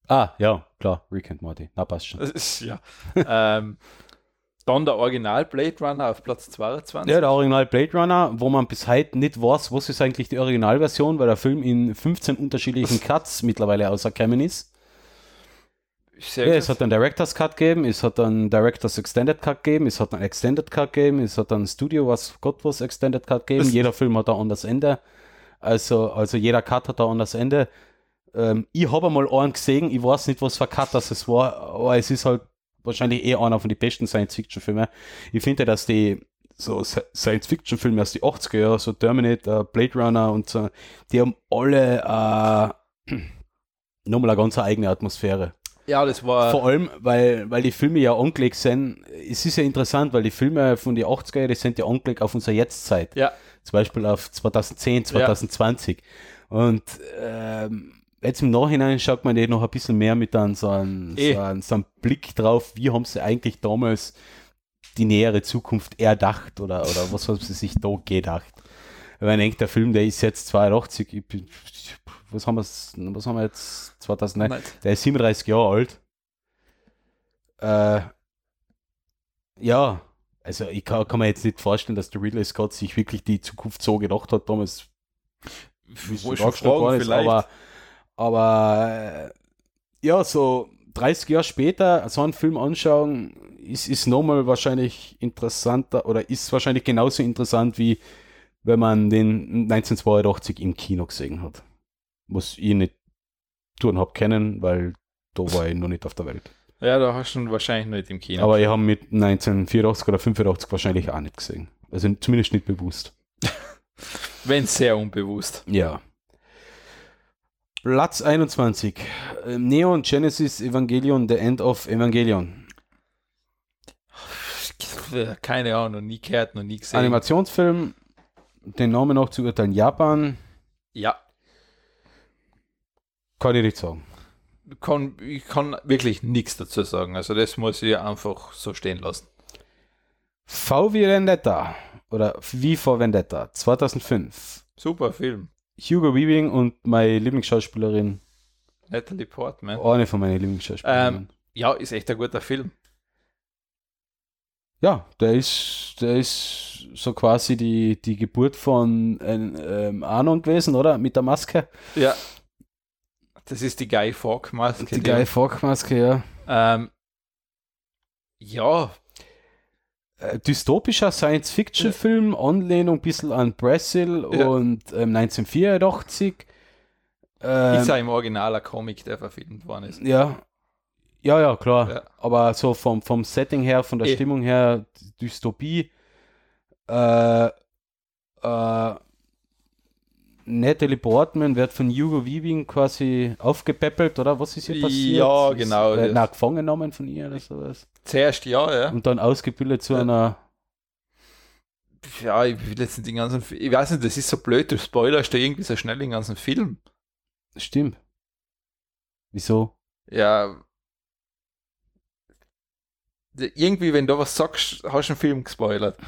Ah, ja, klar, Rick and Morty. Na, passt schon.
Das ist, ja. ähm, dann der Original Blade Runner auf Platz 22.
Ja, der Original Blade Runner, wo man bis heute nicht weiß, was ist eigentlich die Originalversion, weil der Film in 15 unterschiedlichen Cuts mittlerweile auserkennen ist.
Sehr
Ja,
gut.
es hat einen Director's Cut gegeben, es hat einen Director's Extended Cut gegeben, es hat einen Extended Cut gegeben, es hat einen Studio, was Gott was Extended Cut gegeben.
Das-
Jeder Film hat ein anderes Ende. Also, also jeder Cut hat ein anderes Ende. Ähm, ich habe einmal einen gesehen, ich weiß nicht, was für ein Cut das es war, aber es ist halt wahrscheinlich eh einer von den besten Science-Fiction-Filmen. Ich finde, dass die so Sci- Science-Fiction-Filme aus den 80er Jahren, so Terminator, Blade Runner und so, die haben alle äh, nochmal eine ganz eigene Atmosphäre.
ja, das war.
Vor allem, weil, weil die Filme ja angelegt sind. Es ist ja interessant, weil die Filme von den 80er, die sind ja angelegt auf unsere Jetztzeit.
Ja.
Zum Beispiel auf 2010, 2020. Und ähm, jetzt im Nachhinein schaut man die noch ein bisschen mehr mit an so einem
Eh.
so einem- so einem Blick drauf, wie haben sie eigentlich damals die nähere Zukunft erdacht oder, oder was haben sie sich da gedacht. Wenn man denkt, der Film, der ist jetzt 82, ich bin, was haben wir, was haben wir jetzt, 2009,
Nein.
der ist 37 Jahre alt. Äh, ja, also ich kann, kann mir jetzt nicht vorstellen, dass der Ridley Scott sich wirklich die Zukunft so gedacht hat damals.
Wo
Wissen
schon
Darstellung
Fragen
gar nicht,
vielleicht.
Aber, Aber äh, ja, so 30 Jahre später so einen Film anschauen, ist, ist nochmal wahrscheinlich interessanter oder ist wahrscheinlich genauso interessant, wie wenn man den 1982 im Kino gesehen hat. Was ich nicht tun habe kennen, weil da war ich noch nicht auf der Welt.
Ja, da hast du ihn wahrscheinlich nicht im Kino.
Aber ich habe mit 1984 oder 85 wahrscheinlich auch nicht gesehen. Also zumindest nicht bewusst.
Wenn sehr unbewusst.
Ja. Platz 21. Ähm, Neon Genesis Evangelion, The End of Evangelion.
Keine Ahnung, noch nie gehört, noch nie gesehen.
Animationsfilm, den Namen auch zu urteilen, Japan,
Ja,
kann ich nicht sagen.
kann, ich kann wirklich nichts dazu sagen. Also das muss ich einfach so stehen lassen.
V wie Vendetta oder V for Vendetta 2005.
Super Film.
Hugo Weaving und meine Lieblingsschauspielerin,
Natalie Portman.
eine von meinen Lieblingsschauspielerinnen.
Ja, ist echt ein guter Film.
Ja, der ist, der ist so quasi die, die Geburt von ähm, ähm, Anon gewesen, oder? Mit der Maske.
Ja. Das ist die Guy Fawkes Maske.
Die geile Fogg-Maske, ja.
Ähm, ja,
Äh, dystopischer Science-Fiction-Film, Anlehnung ein bisschen an Brazil
Ja.
und ähm, 1984. Ähm,
ist ja im Original ein Comic, der verfilmt worden ist.
ja. Ja, ja, klar.
Ja.
Aber so vom, vom Setting her, von der
Eh.
Stimmung her, Dystopie. Äh, äh, Natalie Portman wird von Hugo Weaving quasi aufgepäppelt, oder was ist hier passiert?
Ja,
Ist-
genau,
Wird
das-
nach gefangen genommen von ihr oder sowas.
Zuerst ja, ja.
Und dann ausgebildet zu
Ja.
einer
Ja, ich will jetzt nicht den ganzen Fi- Ich weiß nicht, das ist so blöd, du spoilerst da irgendwie so schnell den ganzen Film.
Stimmt. Wieso?
Ja. Irgendwie, wenn du was sagst, hast du einen Film gespoilert.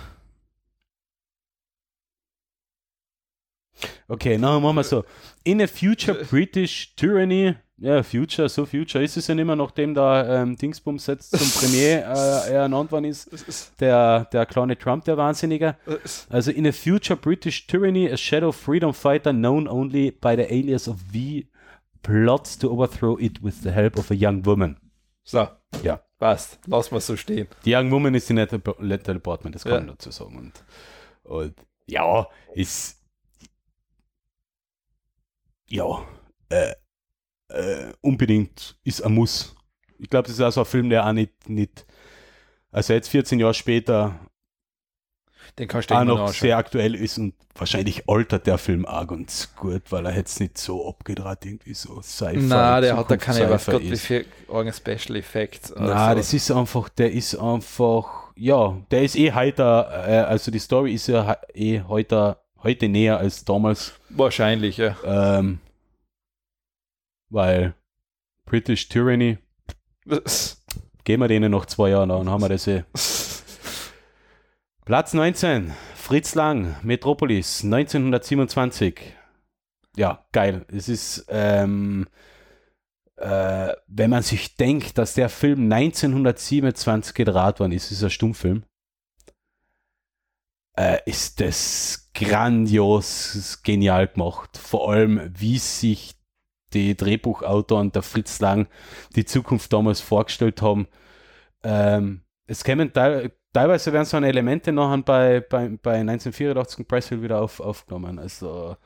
Okay, na machen wir so. In a future British tyranny. Ja, Future, so Future ist es ja nicht mehr, nachdem da ähm, Dingsbums jetzt zum Premier äh, ernannt worden ist. Der, der kleine Trump, der Wahnsinnige. Also in a future British tyranny, a shadow freedom fighter known only by the alias of V plots to overthrow it with the help of a young woman.
So.
Ja.
Passt. Lass mal so stehen.
Die Young Woman ist die nette Natalie Portman, das kann
Ja.
man dazu sagen. Und, und ja, ist. Ja, äh, äh, unbedingt ist ein Muss. Ich glaube, das ist also ein Film, der auch nicht. nicht also jetzt 14 Jahre später
Den kannst du
auch
immer
noch
noch anschauen.
sehr aktuell ist und wahrscheinlich altert der Film auch ganz gut, weil er jetzt nicht so abgedreht irgendwie so sci
Na, der hat da keine, weiß Gott, wie viel irgendein Special Effects. oder
Na,
so.
das ist einfach, der ist einfach, ja, der ist eh heiter, äh, also die Story ist ja he- eh heute, heute näher als damals,
wahrscheinlich, ja.
ähm, weil British Tyranny, geben wir denen noch zwei Jahre, dann haben wir das eh. Platz 19, Fritz Lang, Metropolis, 1927. Ja, geil. Es ist, ähm, äh, wenn man sich denkt, dass der Film 1927 gedreht worden ist, ist ein Stummfilm, äh, ist das grandios ist genial gemacht. Vor allem, wie sich die Drehbuchautoren der Fritz Lang die Zukunft damals vorgestellt haben. Ähm, es kämen teil- teilweise werden so eine Elemente noch an bei, bei, bei 1984 und Pressfield wieder auf, aufgenommen. Also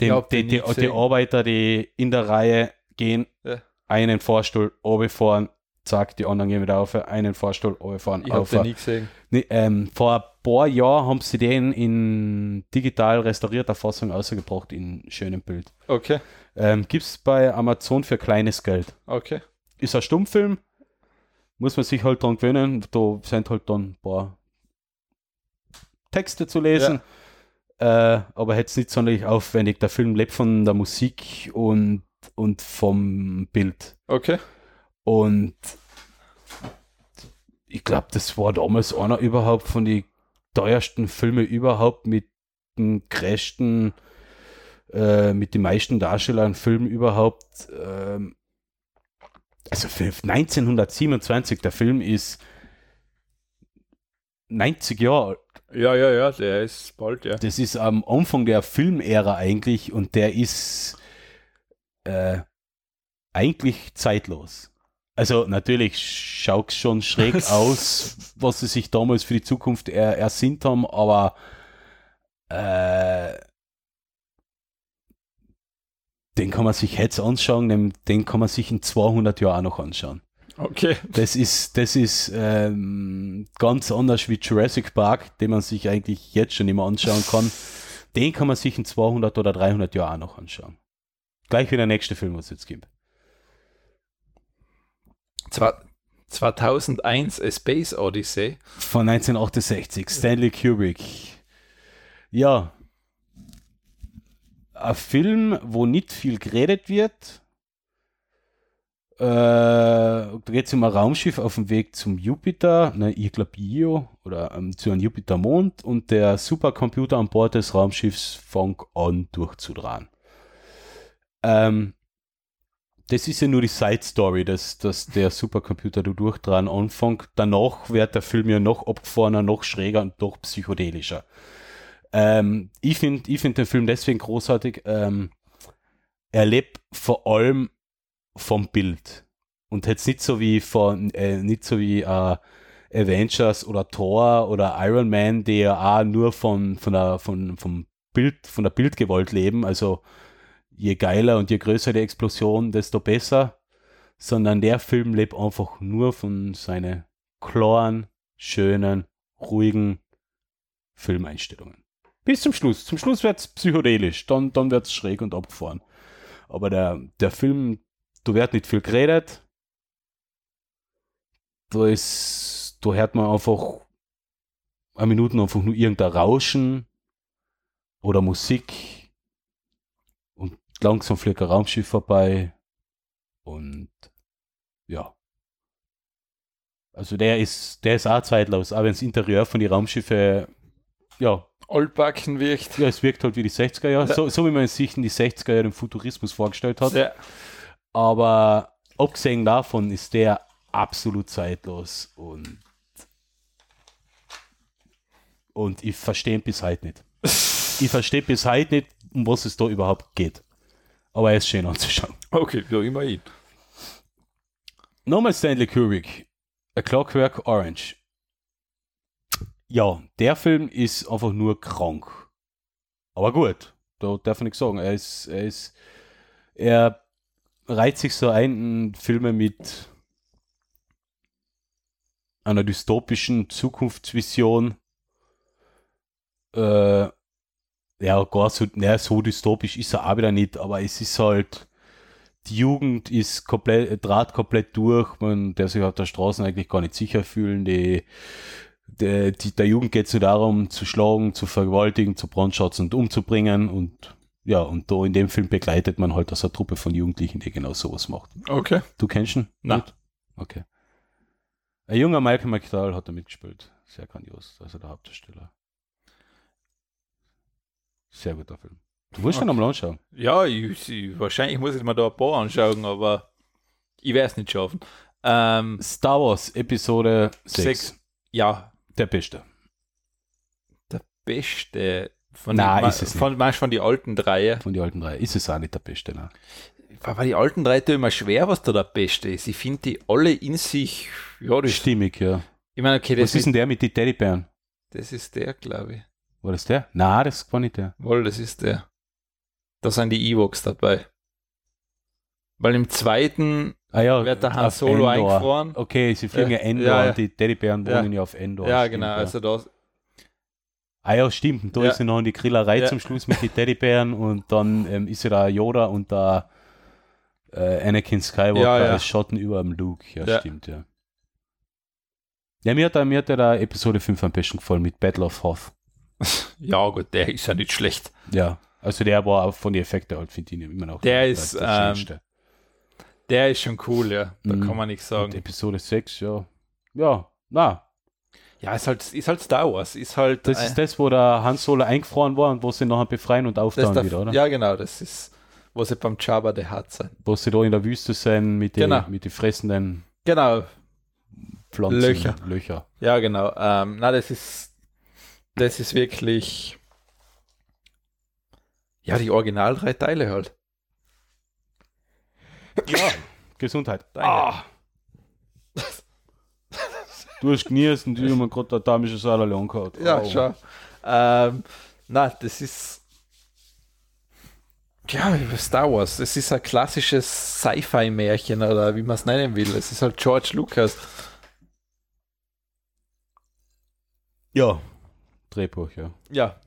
die,
Ich hab
die,
den
die,
nie
die
gesehen.
Arbeiter, die in der Reihe gehen,
Ja.
einen Fahrstuhl runterfahren, zack, die anderen gehen wieder auf, einen Fahrstuhl runterfahren,
Ich habe
auf.
den nie gesehen.
Nee, ähm, vor ein paar Jahren haben sie den in digital restaurierter Fassung rausgebracht, in schönem Bild.
Okay,
Ähm, Gibt es bei Amazon für kleines Geld.
okay.
Ist ein Stummfilm, muss man sich halt dran gewöhnen, da sind halt dann ein paar Texte zu lesen. Äh, aber jetzt nicht sonderlich aufwendig. Der Film lebt von der Musik und, und vom Bild.
Okay.
Und ich glaube, das war damals einer überhaupt von den teuersten Filmen überhaupt mit den größten, äh, mit den meisten Darstellern Filmen überhaupt. Ähm, also für 1927, der Film ist 90 Jahre alt.
Ja, ja, ja, der ist bald, ja.
Das ist am Anfang der Filmära eigentlich und der ist äh, eigentlich zeitlos. Also natürlich schaut schon schräg aus, was sie sich damals für die Zukunft er, ersinnt haben, aber äh, den kann man sich jetzt anschauen, den, den kann man sich in 200 Jahren auch noch anschauen.
Okay.
Das ist, das ist ähm, ganz anders wie Jurassic Park, den man sich eigentlich jetzt schon immer anschauen kann. Den kann man sich in 200 oder 300 Jahren auch noch anschauen. Gleich wie der nächste Film, was es jetzt gibt.
Zwar 2001 A Space Odyssey.
Von 1968, Stanley Kubrick. Ja. Ein Film, wo nicht viel geredet wird. Äh, da geht es um ein Raumschiff auf dem Weg zum Jupiter, ne, ich glaube Io, oder ähm, zu einem Jupitermond und der Supercomputer an Bord des Raumschiffs fängt an durchzudrahen. Ähm, das ist ja nur die Side Story, dass, dass der Supercomputer da durchdran anfängt. Danach wird der Film ja noch abgefahrener, noch schräger und noch psychedelischer. Ähm, ich finde ich find den Film deswegen großartig. Ähm, er lebt vor allem vom Bild. Und jetzt nicht so wie von, äh, nicht so wie äh, Avengers oder Thor oder Iron Man, die ja auch nur von, von, der, von, vom Bild, von der Bildgewalt leben. Also je geiler und je größer die Explosion, desto besser. Sondern der Film lebt einfach nur von seinen klaren, schönen, ruhigen Filmeinstellungen. Bis zum Schluss. Zum Schluss wird es psychedelisch, dann, dann wird es schräg und abgefahren. Aber der, der Film, da wird nicht viel geredet. Da ist, da hört man einfach eine Minuten einfach nur irgendein Rauschen oder Musik und langsam fliegt ein Raumschiff vorbei und ja. Also der ist, der ist auch zeitlos, auch wenn das Interieur von den Raumschiffe, ja,
Oldbacken wirkt.
ja, es wirkt halt wie die 60er Jahre, so, so wie man sich in die 60er Jahre den Futurismus vorgestellt hat.
Ja.
Aber abgesehen davon ist der absolut zeitlos und und ich verstehe bis heute nicht. Ich verstehe bis heute nicht, um was es da überhaupt geht. Aber er ist schön anzuschauen.
Okay, ja, immerhin.
Nochmal Stanley Kubrick. A Clockwork Orange. Ja, der Film ist einfach nur krank. Aber gut, da darf man nichts sagen. Er ist, er ist, er reiht sich so ein in Filme mit einer dystopischen Zukunftsvision. Äh, ja, gar so, na, so dystopisch ist er auch wieder nicht, aber es ist halt, die Jugend ist komplett, draht komplett durch, man der sich auf der Straße eigentlich gar nicht sicher fühlen. Die, der, die, der Jugend geht es nur darum, zu schlagen, zu vergewaltigen, zu brandschatzen und umzubringen. Und ja, und da in dem Film begleitet man halt aus einer Truppe von Jugendlichen, die genau sowas macht.
Okay.
Du kennst ihn?
Na.
Gut. Okay. Ein junger Michael McDowell hat da mitgespielt. Sehr grandios, also der Hauptdarsteller. Sehr guter Film. Du musst ihn
Okay.
am Launch schauen.
Ja, ich, ich, wahrscheinlich muss ich mir da ein paar anschauen, aber ich werde es nicht schaffen. Ähm,
Star Wars Episode 6.
Sechs. ja,
Der beste.
der beste von
Nein,
den,
ist es nicht.
von, meinst du von die alten Dreier.
Von den alten drei. Ist es auch nicht der beste, ne?
Aber die alten Dreier tun immer schwer, was da der beste ist. Ich finde die alle in sich, ja, das
Stimmig, ja.
Ich meine, okay,
Was
das
ist
ist,
denn der mit den Teddybären?
das ist der, glaube ich.
War das der? Na, das war nicht der.
Wohl, das ist der. Da sind die Ewoks dabei. Weil im zweiten
Ah ja,
wird der Han
auf
Solo
Endor.
eingefroren.
Okay, sie fliegen ja
Ja,
Endor
ja, ja.
und die Teddybären
Ja.
wohnen ja auf Endor.
ja,
stimmt,
genau. Also da,
Ah ja, stimmt. Und da
Ja.
ist ja noch die Grillerei
Ja.
zum Schluss mit den Teddybären und dann ähm, ist ja da Yoda und da äh, Anakin Skywalker
Ja, ja.
als Schatten über dem Luke. Ja,
Ja.
stimmt, ja. Ja, mir hat, da- mir hat ja da Episode 5 am besten gefallen mit Battle of Hoth.
ja gut, der ist ja nicht schlecht.
Ja. Also der war auch von den Effekten halt, finde ich immer noch
Der
der-
ist,
der
ähm,
schönste.
Der ist schon cool, ja. Da
Mhm.
kann man nichts
Und
sagen.
Episode 6, ja. Ja, na,
Ja, ist halt, ist halt Star Wars. Ist halt.
das
äh,
ist das, wo der Han Solo eingefroren war und wo sie nachher befreien und
das
auftauen
darf-
wieder, oder?
Ja, genau. Das ist, wo sie beim Jabba der Hutt sind.
Wo sie da in der Wüste sind mit den
Genau.
mit die fressenden
Genau.
Pflanzen.
Löcher.
Löcher.
Ja, genau. Ähm, na, das ist. Das ist wirklich. Ja, die Original drei Teile halt. Ja,
Gesundheit. Ah.
Danke.
Du hast genießt und ich habe mir gerade der damische Salat angehört.
ja
Au.
schau. Oh. Ähm, na, das ist. Ja, Star Wars. Das ist ein klassisches Sci-Fi-Märchen oder wie man es nennen will. Es ist halt George Lucas.
Ja. Drehbuch, ja.
Ja,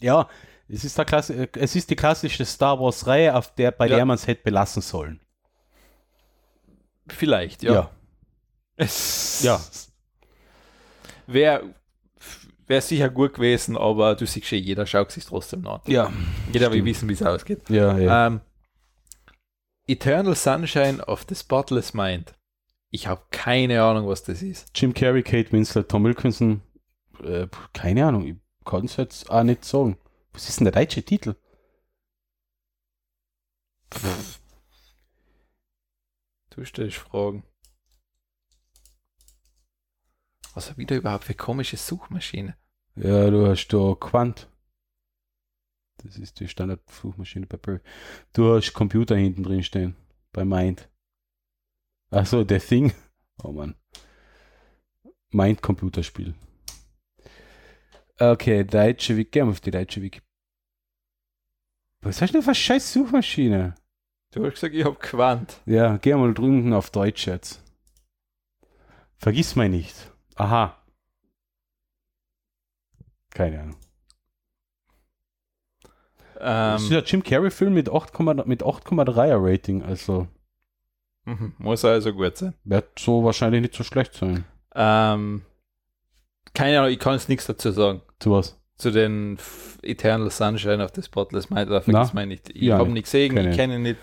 Ja, es ist, der Klassi äh, es ist die klassische Star Wars-Reihe, auf der, bei
Ja.
der man es hätte belassen sollen.
Vielleicht, ja. Es
Ja.
Wäre wär sicher gut gewesen, aber du siehst schon, jeder schaut sich trotzdem an.
Ja,
Jeder will
Stimmt.
wissen, wie es ausgeht.
ja. ja.
Ähm, Eternal Sunshine of the Spotless Mind. Ich habe keine Ahnung, was das ist.
Jim Carrey, Kate Winslet, Tom Wilkinson. Äh, pf, keine Ahnung, ich kann es jetzt auch nicht sagen. Was ist denn der deutsche Titel?
Du stellst Fragen. Was habe ich da Also überhaupt für komische Suchmaschine?
Ja, du hast da Quant. Das ist die Standardsuchmaschine bei Perl. Du hast Computer hinten drin stehen. Bei Mind. Achso, The Thing. Oh Mann. Mind Computerspiel. Okay, deutsche Wiki. Gehen wir auf die deutsche Wiki. Was hast du denn für eine scheiß Suchmaschine?
Du hast gesagt, ich habe Quant.
Ja, geh mal drüben auf Deutsch jetzt. Vergiss mal nicht. Aha. Keine Ahnung. Das ist
Ähm,
der Jim Carrey-Film mit 8,3er mit 8,3er Rating, also
mhm, muss also gut sein.
wird so wahrscheinlich nicht so schlecht sein.
Ähm, keine Ahnung, ich kann jetzt nichts dazu sagen.
Zu was?
Zu den F- Eternal Sunshine of the Spotless Mind, da vergiss
Na,
man nicht. Ich
ja,
habe
nicht.
nichts gesehen,
Kenn
ich
ich.
kenne ihn nicht.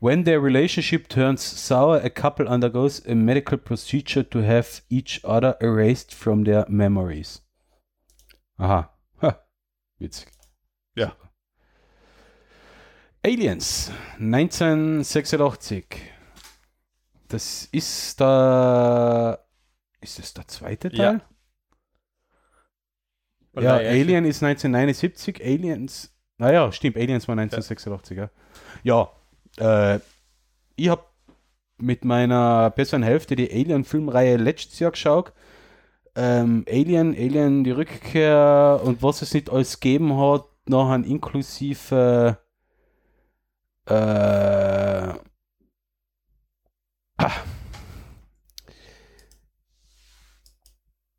When their relationship turns sour, a couple undergoes a medical procedure to have each other erased from their memories. Aha. Ha. Witzig.
Ja.
Aliens 1986. Das ist der. Ist das der zweite
Ja.
Teil? Ja, Alien ist 1979, Aliens, naja, stimmt, Aliens war 1986, ja. Ja, äh, ich habe mit meiner besseren Hälfte die Alien-Filmreihe letztes Jahr geschaut. Ähm, Alien, Alien, die Rückkehr und was es nicht alles gegeben hat, nachher inklusive äh, ah,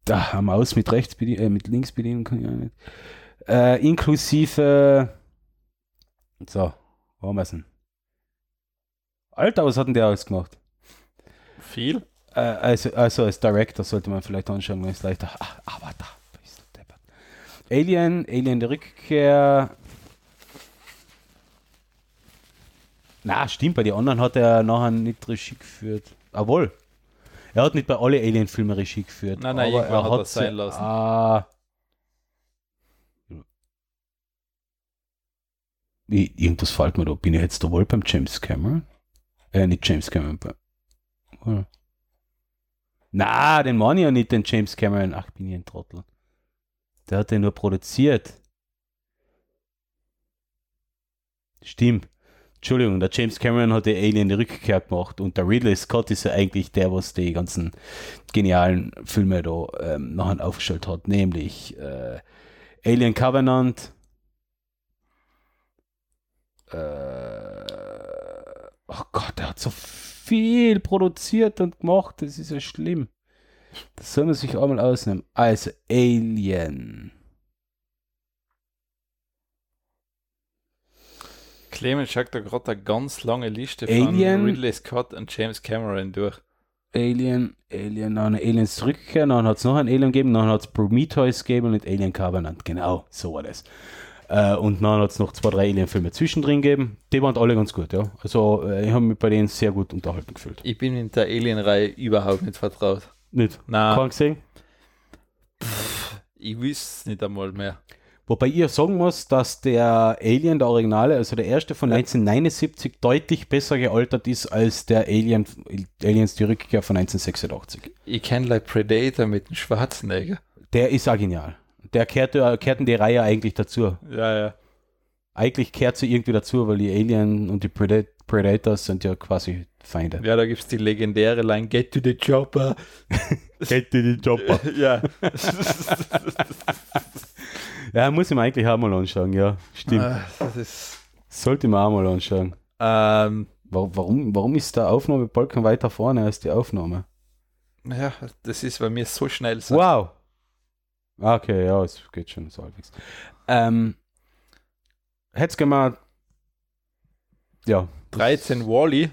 da, eine Maus mit rechts bedienen, äh, mit links bedienen kann ich auch nicht. Äh, inklusive. So, wo haben wir es denn? Alter, was hat denn der alles gemacht?
Viel?
Äh, also, also als Director sollte man vielleicht anschauen, wenn es leichter. ah, Ach, aber da. bist du deppert. Alien, Alien die Rückkehr. Na, stimmt, bei den anderen hat er nachher nicht Regie geführt. Jawohl. Er hat nicht bei alle Alien-Filmen Regie geführt.
Nein, nein,
aber
irgendwann
er
hat er
hat
es sein
sie-
lassen.
Ah. I- Irgendwas fällt mir da. Bin ich jetzt da wohl beim James Cameron? Äh, nicht James Cameron. Bei, oder? Na, den meine ich ja nicht, den James Cameron. Ach, bin ich ein Trottel. Der hat den nur produziert. Stimmt. Entschuldigung, der James Cameron hat die Alien die Rückkehr gemacht und der Ridley Scott ist ja eigentlich der, was die ganzen genialen Filme da ähm, nachher aufgestellt hat, nämlich äh, Alien Covenant, äh, oh Gott, er hat so viel produziert und gemacht, das ist ja schlimm. Das soll man sich einmal ausnehmen. Also Alien.
Clemens schaut da gerade eine ganz lange Liste
Alien.
von Ridley Scott und James Cameron durch.
Alien, Alien, dann Aliens Rückkehr, dann hat es noch ein Alien gegeben, dann hat es Prometheus gegeben und nicht Alien Covenant. Genau, so war das. Äh, und dann hat es noch zwei, drei Alien-Filme zwischendrin gegeben. Die waren alle ganz gut, ja. Also äh, ich habe mich bei denen sehr gut unterhalten gefühlt.
Ich bin in der Alien-Reihe überhaupt nicht vertraut.
Nicht?
Na,
Kann gesehen?
ich wüsste es nicht einmal mehr.
Wobei ich ja sagen muss, dass der Alien, der Originale, also der erste von 1979, deutlich besser gealtert ist als der Alien, Aliens die Rückkehr von 1986.
Ich kenne like Predator mit dem Schwarzenegger.
Der ist auch genial. Der kehrt, kehrten die Reihe eigentlich dazu.
Ja, ja.
Eigentlich kehrt sie irgendwie dazu, weil die Alien und die Predat Predators sind ja quasi Feinde.
Ja, da gibt es die legendäre Line Get to the Chopper.
Geht die Jopper.
ja.
Ja, muss ich mir eigentlich auch mal anschauen, ja. Stimmt.
Ah, Das ist.
Sollte man auch mal anschauen.
Ähm,
Wa- Warum, warum ist der Aufnahmebalken weiter vorne als die Aufnahme?
ja, das ist bei mir so schnell. So.
Wow. Ah, Okay, ja, es geht schon so halbwegs. Ähm, hätt's gemacht. Ja.
13 Wally.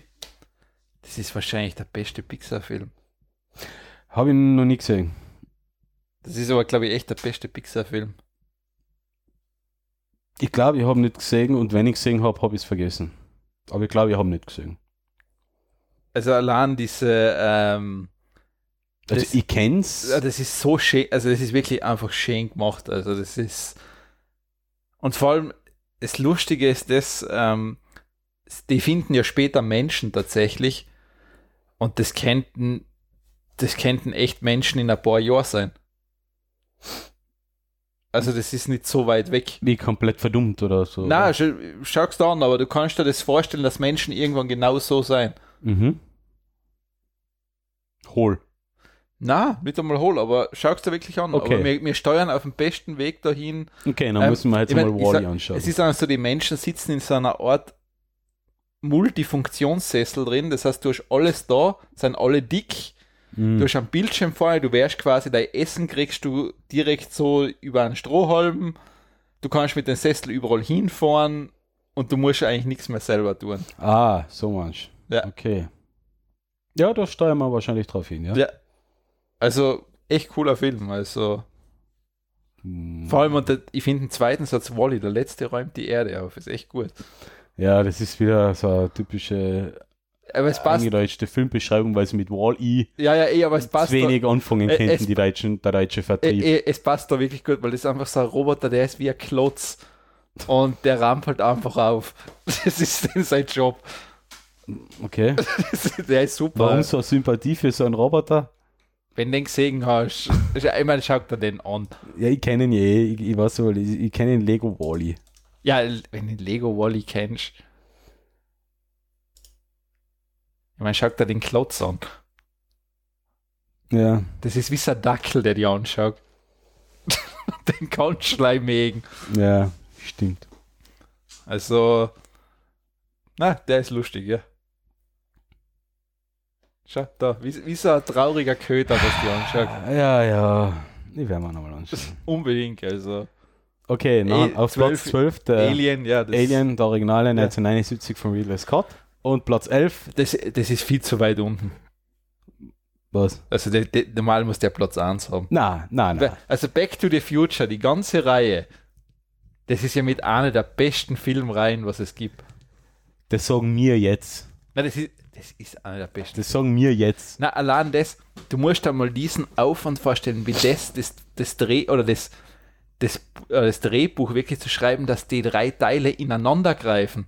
Das ist wahrscheinlich der beste Pixar-Film.
Habe ich noch nie gesehen.
Das ist aber, glaube ich, echt der beste Pixar-Film.
Ich glaube, ich habe nicht gesehen und wenn ich gesehen habe, habe ich es vergessen. Aber ich glaube, ich habe nicht gesehen.
Also allein diese, ähm,
Also
Das-
ich kenn's.
ah, das ist so schön, also das ist wirklich einfach schön gemacht. Also das ist. Und vor allem, das Lustige ist das, ähm, die finden ja später Menschen tatsächlich. Und das könnten, das könnten echt Menschen in ein paar Jahren sein. Also das ist nicht so weit weg.
Wie komplett verdummt oder so.
Na, schau's da an, aber du kannst dir das vorstellen, dass Menschen irgendwann genau so sein.
Mhm. Hohl.
Na, nicht einmal hohl, aber schau's dir wirklich an.
Okay.
Aber wir, wir steuern auf dem besten Weg dahin.
Okay, dann
Ähm,
müssen wir jetzt
ich mein,
mal
ich
Wally
sag-
anschauen.
Es ist also, die Menschen sitzen in so einer Art Multifunktionssessel drin. Das heißt, du hast alles da, sind alle dick.
Mhm.
Du hast einen Bildschirm vorne, du wärst quasi dein Essen, kriegst du direkt so über einen Strohhalm. Du kannst mit dem Sessel überall hinfahren und du musst eigentlich nichts mehr selber tun.
Ah, so manch.
Ja.
Okay. Ja, da steuern wir wahrscheinlich drauf hin, ja?
Ja. Also, echt cooler Film. Also,
Hm.
vor allem, und der, ich finde den zweiten Satz Wally, der letzte räumt die Erde auf. Ist echt gut.
Ja, das ist wieder so eine typische
Aber es passt.
angedeutschte Filmbeschreibung, weil sie mit Wall-E
Ja, ja, eh, aber es passt.
zu wenig anfangen
Äh,
könnten,
es-
die Deutschen, der deutsche
Da,
Vertrieb.
eh, eh, es passt da wirklich gut, weil das ist einfach so ein Roboter, der ist wie ein Klotz. Und der rammt halt einfach auf. Das ist denn sein Job. äh,
Okay.
Das ist- Der ist super.
Warum so eine Sympathie für so einen Roboter?
Wenn du den gesehen hast, ich meine, schau dir den an.
Ja, ich kenne ihn ja eh. Ich, ich weiß aber, ich, ich kenne den Lego Wally.
Ja, wenn du den Lego Wally kennst. Ich meine, schau dir den Klotz an.
Ja.
Das ist wie so ein Dackel, der die anschaut. Den Kaltschleim wegen.
Ja, stimmt.
Also, na, der ist lustig, ja. Schau, da, wie, wie so ein trauriger Köter, was die anschaut.
Ja, ja. Die werden wir nochmal anschauen.
Unbedingt, also.
Okay, na,
Ey,
auf Platz 12 der Alien,
Alien, ja. Das,
der Originale 1979 von Ridley Scott. Und Platz 11,
Das, das ist viel zu weit unten.
was?
Also, der, der, normal muss der Platz 1 haben.
Na, na, na.
Also, Back to the Future, die ganze Reihe, das ist ja mit einer der besten Filmreihen, was es gibt.
Das sagen wir jetzt.
Nein, das ist, das ist einer der besten.
Das sagen wir jetzt.
Na, allein das, du musst dir mal diesen Aufwand vorstellen, wie das, das, das Dreh oder das, das, äh, das Drehbuch wirklich zu schreiben, dass die drei Teile ineinander greifen.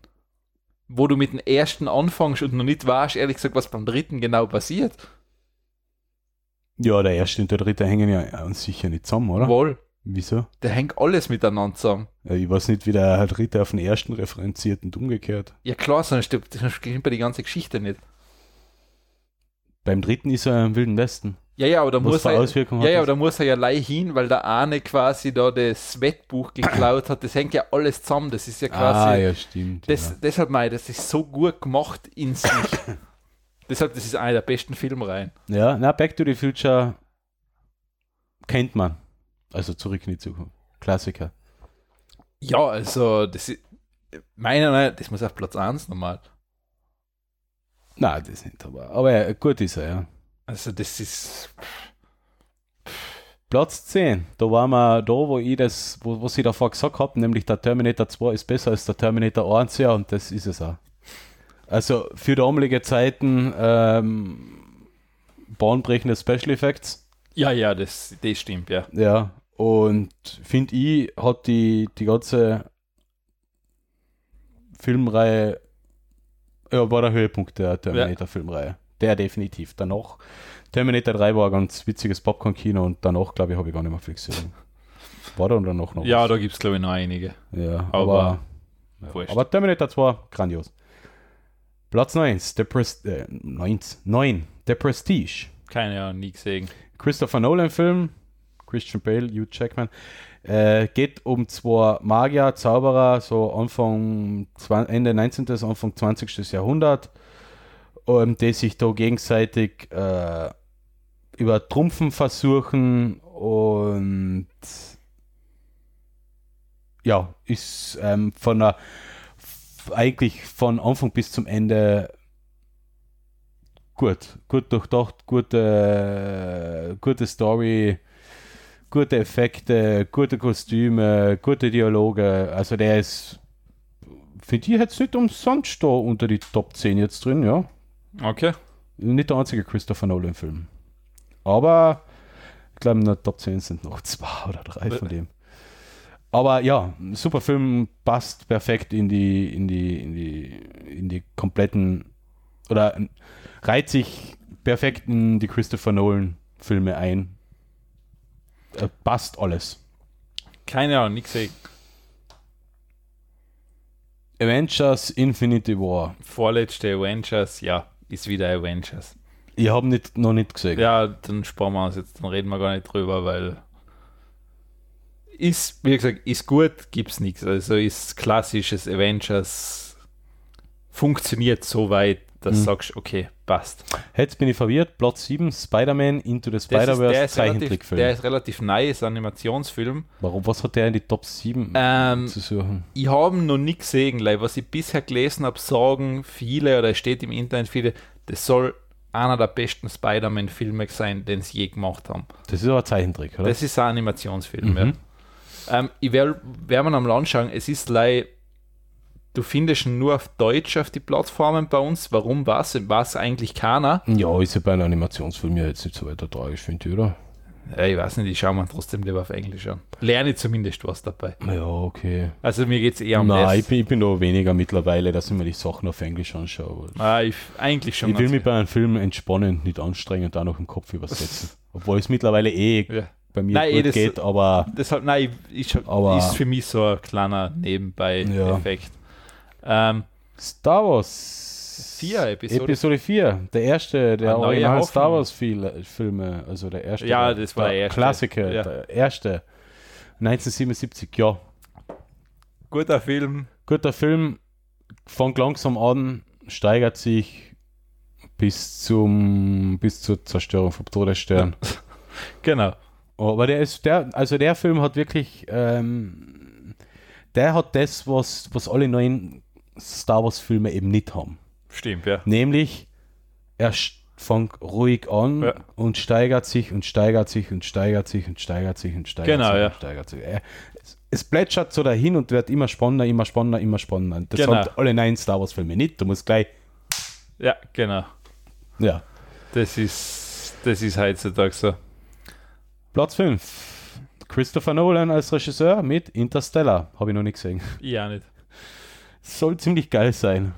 Wo du mit dem ersten anfängst und noch nicht weißt, ehrlich gesagt, was beim dritten genau passiert.
Ja, der erste und der dritte hängen ja uns sicher nicht zusammen, oder?
Wohl,
Wieso?
da hängt alles miteinander zusammen.
Ja, Ich weiß nicht, wie der dritte auf den ersten referenziert und umgekehrt.
Ja klar, sonst, sonst stimmt bei die ganze Geschichte nicht.
Beim dritten ist er im Wilden Westen.
Ja, ja, oder
Was
muss
für
er,
Auswirkungen
ja,
hat
ja,
das?
oder muss er ja lei hin, weil der eine quasi da das Wettbuch geklaut hat. Das hängt ja alles zusammen. Das ist ja quasi.
Ah, ja, stimmt.
Das,
ja.
Deshalb meine ich, das ist so gut gemacht in sich. deshalb, das ist einer der besten Filmreihen.
ja, na, Back to the Future kennt man. Also zurück in die Zukunft. Klassiker.
Ja, also, das ist, meiner Meinung nach, das muss auf Platz 1 nochmal.
Na, das nicht, aber, aber ja, gut ist er, ja.
Also, das ist,
Platz 10, da waren wir da, wo ich das, wo, was ich davor gesagt habe, nämlich der Terminator 2 ist besser als der Terminator 1, ja, und das ist es auch. Also für damalige Zeiten ähm, bahnbrechende Special Effects,
ja, ja, das, das stimmt, ja.
ja, und finde ich, hat die, die ganze Filmreihe, ja, war der Höhepunkt der Terminator-Filmreihe. Der definitiv. Danach, Terminator 3 war ein ganz witziges Popcorn-Kino und danach, glaube ich, habe ich gar nicht mehr viel gesehen. War da und danach noch?
Ja,
was?
da gibt es, glaube ich, noch einige.
ja aber,
aber-
Ja,
Wurscht.
aber Terminator 2, grandios. Platz 9, The Pres äh, 9, 9, The Prestige.
Keine Ahnung, nie gesehen.
Christopher Nolan-Film, Christian Bale, Hugh Jackman, äh, geht um zwei Magier, Zauberer, so Anfang, zwan- Ende 19., Anfang 20. Jahrhundert, ähm, die sich da gegenseitig äh, übertrumpfen versuchen und ja, ist ähm, von der, f- eigentlich von Anfang bis zum Ende gut, gut durchdacht, gute, gute Story, gute Effekte, gute Kostüme, gute Dialoge. Also der ist, finde ich, jetzt nicht umsonst da unter die Top 10 jetzt drin, ja.
Okay.
Nicht der einzige Christopher Nolan-Film. Aber ich glaube, in der Top 10 sind noch zwei oder drei von dem. Aber ja, ein super Film passt perfekt in die, in die, in die, in die kompletten oder reiht sich perfekt in die Christopher Nolan-Filme ein. Äh, passt alles.
Keine Ahnung, nie gesehen.
Avengers Infinity War.
Vorletzte Avengers, ja, ist wieder Avengers.
Ich habe nicht, noch nicht gesehen.
Ja, dann sparen wir uns jetzt, dann reden wir gar nicht drüber, weil
Ist, wie gesagt, ist gut, gibt's nichts. Also ist klassisches Avengers
funktioniert so weit, dass
Mhm.
du sagst, okay, passt.
Jetzt bin ich verwirrt. Platz 7, Spider-Man Into the
Das ist- der
Spider-Verse
ist relativ- Der
Zeichentrickfilm.
ist relativ neu, ist ein Animationsfilm.
Warum? Was hat der in die Top 7
Ähm,
zu suchen?
ich habe noch nie gesehen, Leute. was ich bisher gelesen habe, sagen viele oder es steht im Internet viele, das soll einer der besten Spider-Man-Filme sein, den sie je gemacht haben.
Das ist aber ein Zeichentrick, oder?
Das ist ein Animationsfilm,
Mhm.
ja. Ähm, ich werde werd mir am Land schauen, es ist leider, du findest ihn nur auf Deutsch auf die Plattformen bei uns. Warum was? Was eigentlich keiner?
ja, ist ja bei einem Animationsfilm ja jetzt nicht so weiter tragisch, finde ich, oder?
Ja, ich weiß nicht, ich schaue mir trotzdem lieber auf Englisch an. Lerne ich zumindest was dabei.
Ja, okay.
Also mir geht es eher um
Nein, ich
das.
bin, ich bin da weniger mittlerweile, dass ich mir die Sachen auf Englisch anschaue.
Ah, ich, eigentlich schon.
Ich will
ganz-
mich bei einem Film entspannend, nicht anstrengend, auch noch im Kopf übersetzen. Obwohl es mittlerweile eh
ja.
bei mir
Nein, eh,
gut
das-
geht, aber
deshalb, nein, ich, ich,
Aber-
ist für mich so ein kleiner
Ja.
Nebenbei-Effekt. Ähm,
Star Wars
Vier, Episode-
Episode 4, der erste der
Eine neue
original
Hoffnung.
Star Wars Fil- Filme, also der erste.
Ja,
der,
das war der erste.
Klassiker,
Ja.
der erste. 1977, ja.
guter Film.
guter Film, fängt langsam an, steigert sich bis zum bis zur Zerstörung vom Todesstern.
Genau.
Aber der ist der, also der Film hat wirklich, ähm, der hat das, was, was alle neuen Star Wars Filme eben nicht haben.
Stimmt, ja.
Nämlich, er sch- fängt ruhig an
Ja.
und steigert sich und steigert sich und steigert sich und steigert sich und steigert
Genau,
sich
ja.
und steigert sich. Er- es- Es plätschert so dahin und wird immer spannender, immer spannender, immer spannender. Das
Genau.
haben alle neuen Star Wars Filme nicht. Du musst gleich,
Ja, genau.
ja.
Das ist, das ist heutzutage so.
Platz 5. Christopher Nolan als Regisseur mit Interstellar. Habe ich noch nicht gesehen.
Ich auch nicht.
Soll ziemlich geil sein.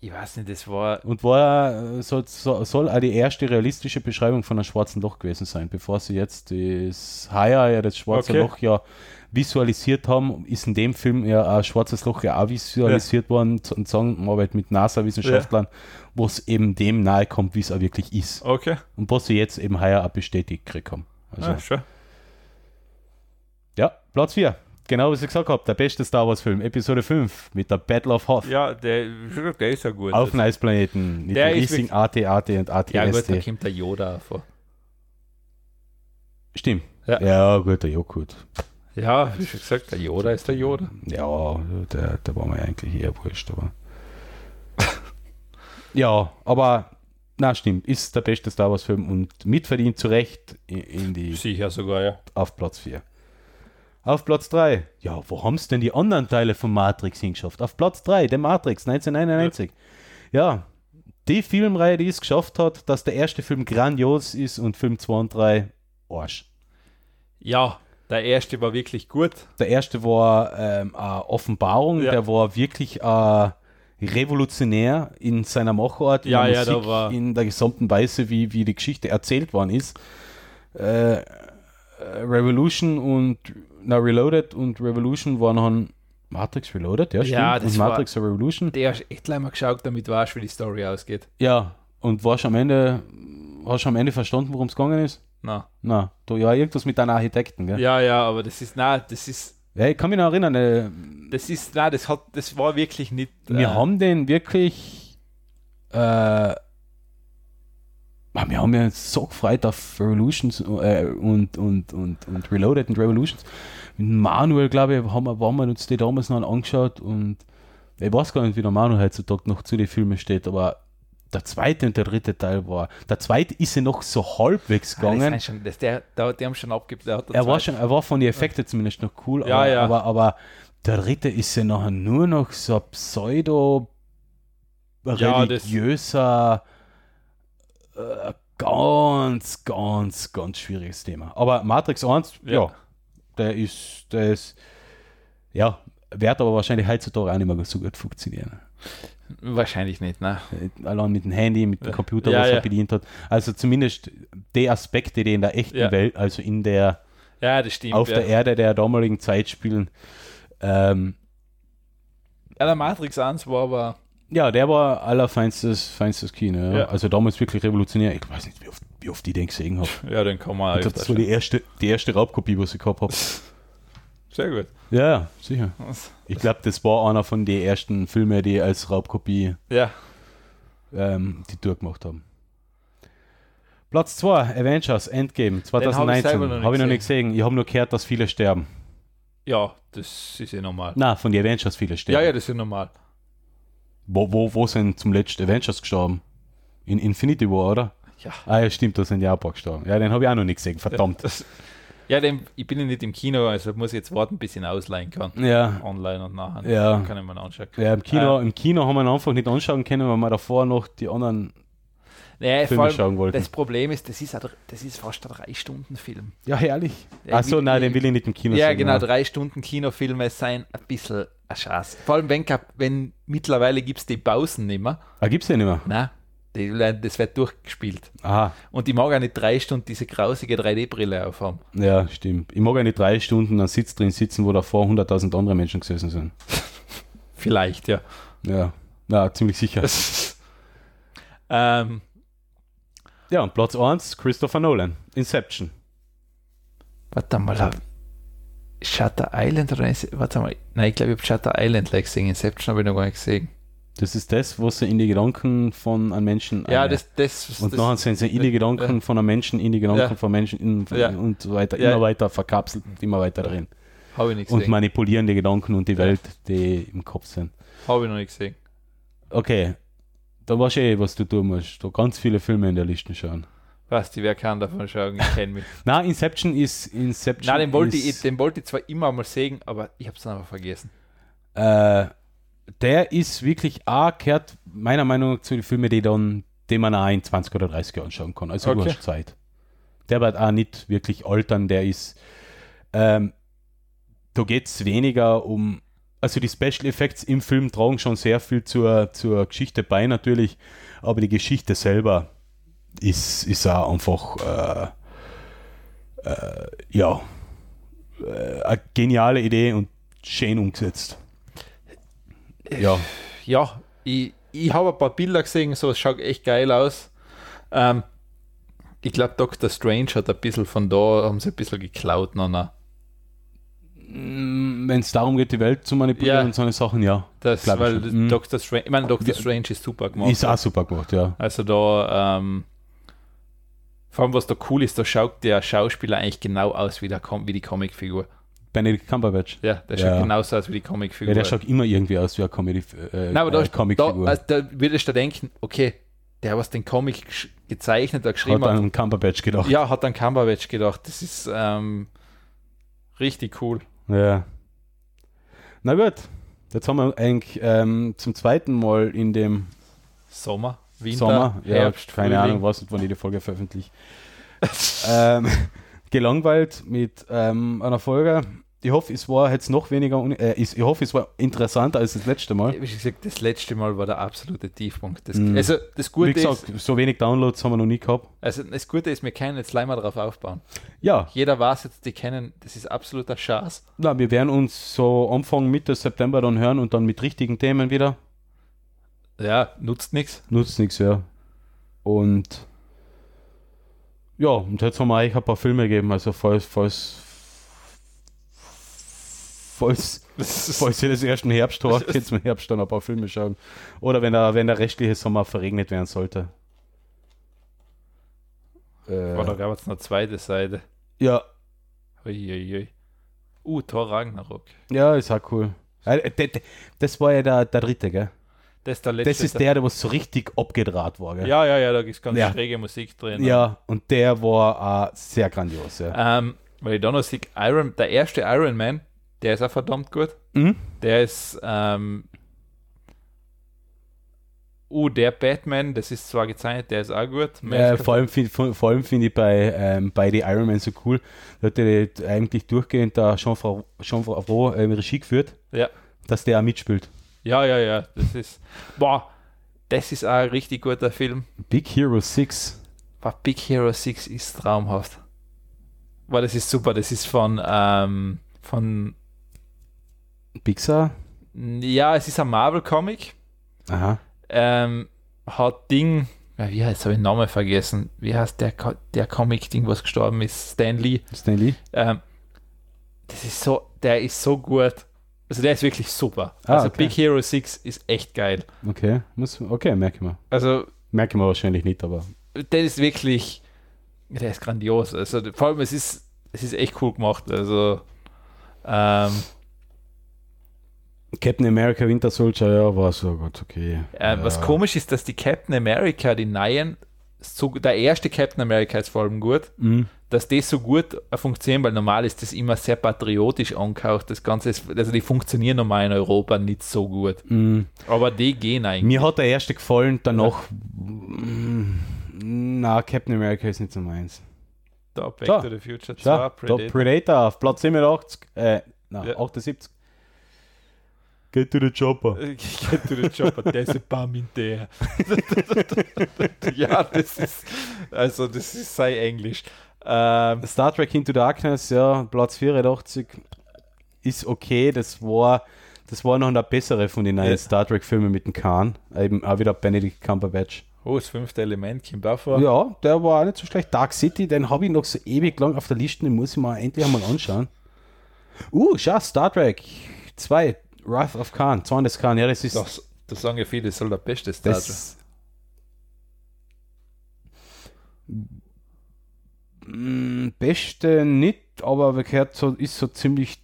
Ich weiß nicht, das war.
Und war, äh, soll, so- soll auch die erste realistische Beschreibung von einem schwarzen Loch gewesen sein. Bevor sie jetzt das Haier, ja, das schwarze
Okay.
Loch ja visualisiert haben, ist in dem Film ja ein schwarzes Loch ja auch visualisiert worden, z- in Zusammenarbeit mit NASA-Wissenschaftlern, wo es eben dem nahe kommt, wie es auch wirklich ist.
Okay.
Und was sie jetzt eben Haier auch bestätigt gekriegt haben. Also,
Ah, schon.
ja, Platz 4. Genau, was ich gesagt habe, der beste Star Wars-Film, Episode 5 mit der Battle of Hoth.
Ja, der, der ist ja gut.
Auf dem Eisplaneten mit
Der
der
ist
riesigen AT-AT und ATST.
ja, gut, da kommt der Yoda vor.
Stimmt.
Ja.
Ja, gut, der Joghurt.
Ja, wie schon gesagt, der Yoda ist der Yoda.
Ja, der, der war mir eigentlich eher wurscht, aber. ja, aber. Na, stimmt. Ist der beste Star Wars-Film und mitverdient zu Recht in, in die,
Sicher sogar, ja.
auf Platz 4. Auf Platz 3. Ja, wo haben es denn die anderen Teile von Matrix hingeschafft? Auf Platz 3, der Matrix 1991. Ja, die Filmreihe, die es geschafft hat, dass der erste Film grandios ist und Film 2 und 3 Arsch.
Ja, der erste war wirklich gut.
Der erste war ähm, eine Offenbarung,
Ja.
der war wirklich äh, revolutionär in seiner Machart, in,
Ja,
der
ja, da war-
in der gesamten Weise, wie, wie die Geschichte erzählt worden ist. Äh, äh, Revolution und na, Reloaded und Revolution waren dann Matrix Reloaded, ja, stimmt.
Ja, das
und
war-
Matrix Revolution.
Der hast echt gleich mal geschaut, damit weißt, wie die Story ausgeht.
Ja, und warst am Ende, hast am Ende verstanden, worum es gegangen ist?
Na.
Na, du ja irgendwas mit deinen Architekten, gell?
Ja, ja, aber das ist, na, das ist,
Ja, ich kann mich noch erinnern, äh,
das ist, na, das hat, das war wirklich nicht.
wir
äh,
haben den wirklich, äh, ah, wir haben ja so gefreut auf Revolutions äh, und, und, und, und Reloaded und Revolutions. Mit Manuel, glaube ich, haben wir, waren wir uns die damals noch angeschaut und ich weiß gar nicht, wie der Manuel heutzutage noch zu den Filmen steht, aber der zweite und der dritte Teil war, der zweite ist ja noch so halbwegs
ah, das
gegangen.
ist schon, das, der, der, die haben schon abgibt. Der hat
Er war schon, er war von den Effekten zumindest noch cool,
Ja,
aber,
ja.
aber, aber der dritte ist ja nachher nur noch so ein pseudo
Ja, das-
religiöser äh, ganz, ganz, ganz schwieriges Thema. Aber Matrix 1, ja,
Ja.
der ist, der ist, ja, wird aber wahrscheinlich heutzutage auch nicht mehr so gut funktionieren.
Wahrscheinlich nicht, ne?
Äh, Allein mit dem Handy, mit dem Computer,
Ja,
was
ja.
er bedient hat. Also zumindest die Aspekte, die in der echten
Ja.
Welt, also in der
ja, das stimmt.
auf
ja.
der Erde der damaligen Zeit spielen. Ähm,
ja, der Matrix 1 war aber.
ja, der war allerfeinstes feinstes Kino. Ja.
Ja.
Also damals wirklich revolutionär. Ich weiß nicht, wie oft, wie oft ich den gesehen habe.
Ja, dann kann man
Ich glaube,
öfter
das war die erste, die erste Raubkopie, was ich gehabt habe.
Sehr gut.
Ja, ja, sicher. Ich glaube, das war einer von den ersten Filmen, die als Raubkopie
Ja.
ähm, die Tour gemacht haben. Platz 2, Avengers Endgame
hab ich
2019. Habe
selber noch nicht
ich, noch nicht gesehen. Ich habe nur gehört, dass viele sterben.
Ja, das ist ja normal.
Na, von den Avengers viele sterben.
Ja, ja, das ist ja normal.
Wo, wo, wo sind zum letzten Avengers gestorben? In Infinity War, oder?
Ja.
Ah ja, stimmt, da sind ja ein paar gestorben. Ja, den habe ich auch noch nicht gesehen, verdammt.
Das,
Ja, dem, ich bin ja nicht im Kino, also muss ich jetzt warten, bis ich ihn ausleihen kann.
Ja.
Online und nachher.
Ja.
Kann ich mir ihn anschauen.
Ja, im Kino, im Kino haben wir ihn einfach nicht anschauen können, weil wir davor noch die anderen
nee, vor
Filme
allem,
schauen wollten.
das Problem ist, das ist, ein- das ist fast ein 3-Stunden-Film.
ja, herrlich.
Ja,
Achso,
wie-
nein, den will ich nicht im Kino
Ja,
sehen.
genau, drei Stunden Kinofilme seien ein bisschen ein Schatz. Vor allem, wenn, kap- wenn mittlerweile gibt es die Pausen nicht mehr.
Ah, gibt's den nicht mehr?
Nein, die, das wird durchgespielt.
Aha,
Und ich mag auch nicht drei Stunden diese grausige 3D-Brille aufhaben.
ja, stimmt. Ich mag ja nicht drei Stunden an Sitz drin sitzen, wo davor 100.000 andere Menschen gesessen sind.
Vielleicht, ja.
Ja, na, ziemlich sicher.
ähm,
Ja, und Platz 1, Christopher Nolan, Inception.
warte mal. hab- Shutter Island oder Inse- warte mal. Nein, ich glaube, ich habe Shutter Island like gesehen. Inception habe ich noch gar nicht gesehen.
Das ist das, was er in die Gedanken von einem Menschen
Ja,
eine-
das, das,
Und
das
nachher sind sie in die Gedanken von einem Menschen, in die Gedanken
Ja.
von Menschen in,
Ja.
und so weiter,
Ja.
immer weiter verkapselt, immer weiter drin.
habe ich nicht
Und
gesehen.
manipulieren die Gedanken und die Welt, die im Kopf sind.
Habe ich noch nicht gesehen.
Okay, da weißt du eh, was du tun musst. Da ganz viele Filme in der Liste schauen.
Basti, wer kann davon schauen? Ich kenne mich.
Na, Inception ist Inception.
Nein, den wollte, ich,
ist,
den wollte ich zwar immer mal sehen, aber ich habe es einfach vergessen.
äh, Der ist wirklich auch gehört meiner Meinung nach zu den Filmen, die dann, die man auch in 20 oder 30 Jahren schauen kann. Also du
Okay.
hast Zeit. Der wird auch nicht wirklich altern, der ist. Ähm, da geht es weniger um. Also die Special Effects im Film tragen schon sehr viel zur, zur Geschichte bei, natürlich, aber die Geschichte selber ist, ist auch einfach äh, äh, ja äh, eine geniale Idee und schön umgesetzt. Ja.
Ja, ich, ich habe ein paar Bilder gesehen, sowas schaut echt geil aus. Ähm, ich glaube, Dr. Strange hat ein bisschen von da, haben sie ein bisschen geklaut. Noch, ne?
Wenn es Mm, darum geht, die Welt zu manipulieren
Ja.
und so eine Sachen, ja.
Das,
Glaub ich
weil
schon. Mhm.
Dr. Strange, ich meine, Dr.
Ja.
Strange ist super gemacht.
Ist auch super gemacht, ja.
Also da, ähm, vor allem was da cool ist, da schaut der Schauspieler eigentlich genau aus wie, der Com wie die Comicfigur.
Benedict Cumberbatch.
Ja, der
Ja.
schaut genauso aus wie die Comicfigur.
Ja, der schaut immer irgendwie aus wie eine Comedy, äh,
Nein, aber da,
äh, Comicfigur.
da, also da würdest du denken, okay, der was den Comic gesch- gezeichnet oder geschrieben
Hat
hat,
an einen Cumberbatch gedacht.
ja, hat an Cumberbatch gedacht. Das ist ähm, richtig cool.
Ja. Na gut, jetzt haben wir eigentlich ähm, zum zweiten Mal in dem
Sommer, Winter,
Sommer, ja,
Herbst,
keine
Frühling.
Ahnung, was und wann ich die Folge veröffentliche. ähm, gelangweilt mit ähm, einer Folge ich hoffe, es war jetzt noch weniger, un- äh, ich, ich hoffe, es war interessanter als das letzte Mal.
Wie gesagt, das letzte Mal war der absolute Tiefpunkt. Das,
Mhm.
Also das
Wie
Gute
gesagt,
ist,
so wenig Downloads haben wir noch nie gehabt.
also das Gute ist, wir können jetzt leider drauf aufbauen.
Ja,
Jeder weiß jetzt, die kennen, das ist absoluter Schatz.
na, wir werden uns so Anfang Mitte September dann hören und dann mit richtigen Themen wieder.
Ja, nutzt nichts.
Nutzt nichts, ja. Und ja, und jetzt haben wir euch ein paar Filme gegeben, also falls, falls, falls, falls ihr das ersten Herbst habt, jetzt im Herbst dann ein paar Filme schauen. Oder wenn der, wenn der restliche Sommer verregnet werden sollte.
Boah, da
Äh,
gab es noch eine zweite Seite.
ja,
Uiuiui. Uh, Thor Ragnarok.
ja, ist auch cool. Äh, d- d- Das war ja der, der dritte, gell?
Das ist der letzte.
Das ist der, der was so richtig abgedraht war, gell?
Ja, ja, ja, da ist ganz
Ja.
schräge Musik drin.
Ja, und der war auch sehr grandios, ja.
Ähm, weil ich da noch sehe, Iron, der erste Iron Man, der ist auch verdammt gut.
Mhm.
Der ist, ähm, uh, der Batman, das ist zwar gezeichnet, der ist auch gut. Mehr
Äh,
ist-
vor allem finde vor allem find ich bei, ähm, bei die Iron Man so cool, da hat ja die- eigentlich durchgehend der Jean Favreau Jean Favreau, ähm, Regie geführt,
Ja.
dass der auch mitspielt.
ja, ja, ja, das ist, boah, das ist auch ein richtig guter Film.
Big Hero 6.
Boah, Big Hero 6 ist traumhaft. Boah, das ist super, das ist von, ähm, von,
Pixar?
ja, es ist ein Marvel-Comic.
Aha.
ähm, hat Ding, ja, wie heißt, habe ich den Namen vergessen, wie heißt der, Co- der Comic-Ding, was gestorben ist, Stanley,
Stanley?
ähm, das ist so, der ist so gut, also der ist wirklich super,
Ah,
also
okay.
Big Hero 6 ist echt geil,
Okay, muss, okay merke ich mir.
also
Merke ich mir wahrscheinlich nicht, aber
der ist wirklich, der ist grandios, also vor allem, es ist, es ist echt cool gemacht, also, ähm,
Captain America Winter Soldier, ja, war so gut, okay.
Äh,
ja.
Was komisch ist, dass die Captain America, die Neuen, so, der erste Captain America ist vor allem gut,
Mhm.
dass das so gut funktioniert, weil normal ist das immer sehr patriotisch angehaucht, das Ganze ist, also die funktionieren normal in Europa nicht so gut,
Mhm.
aber die gehen eigentlich.
Mir hat der erste gefallen, danach. Mm, Na, Captain America ist nicht so meins.
Da, Back
So.
to the Future 2,
Ja, Predator.
Predator.
Predator auf Platz 87, äh, nein,
Ja.
78. Get to the chopper.
Get to the Chopper, there's a bomb in there. ja, das ist, also das ist sei Englisch. Ähm,
Star Trek Into Darkness, ja, Platz 84 ist okay, das war das war noch der bessere von den neuen
Ja.
Star Trek Filmen mit dem Khan, eben auch wieder Benedict Cumberbatch.
oh, das fünfte Element, Kim Buffer.
Ja, der war auch nicht so schlecht. Dark City, den habe ich noch so ewig lang auf der Liste, den muss ich mal endlich einmal anschauen. Uh, schau, Star Trek 2, Wrath of Khan, Zorn des Khan, ja, das ist
Das, das sagen ja viele, das soll der beste Star Trek
Das. Mm, Beste nicht, aber wer gehört so, ist so ziemlich.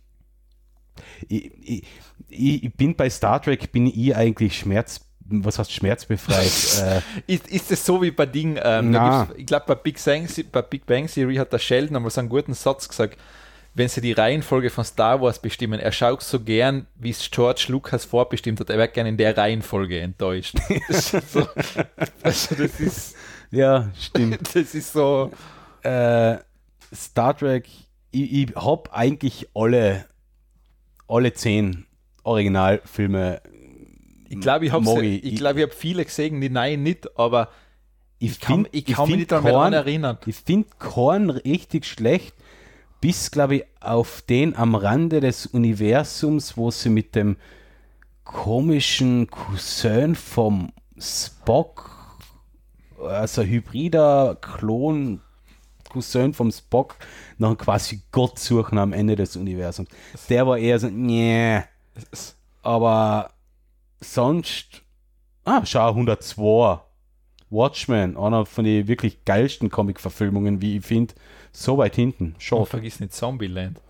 Ich, ich, ich ich bin bei Star Trek, bin ich eh eigentlich Schmerz. Was heißt schmerzbefreit? äh,
Ist, ist das so wie bei Ding? Ähm, da
Na.
gibt's- ich glaube, bei, Big Bang- bei Big Bang Theory hat der Sheldon einmal so einen guten Satz gesagt. Wenn sie die Reihenfolge von Star Wars bestimmen, er schaut so gern, wie es George Lucas vorbestimmt hat, er wird gern in der Reihenfolge enttäuscht. Das ist so, also das ist,
ja, stimmt.
das ist so.
äh, Star Trek, ich, ich habe eigentlich alle, alle zehn Originalfilme.
Ich glaube, ich habe
Mori,
ich glaub, ich hab viele gesehen, die nein nicht, aber ich kann,
find-
ich kann mich
find
nicht mehr
keinen-
daran erinnern.
Ich finde Korn richtig schlecht, bis, glaube ich, auf den am Rande des Universums, wo sie mit dem komischen Cousin vom Spock, also hybrider Klon, Cousin vom Spock, noch quasi Gott suchen am Ende des Universums. Der war eher so, nee. Aber sonst, ah, schau, 102. Watchmen, einer von den wirklich geilsten Comic-Verfilmungen, wie ich finde, so weit hinten.
Oh,
Schon.
vergiss nicht Zombieland.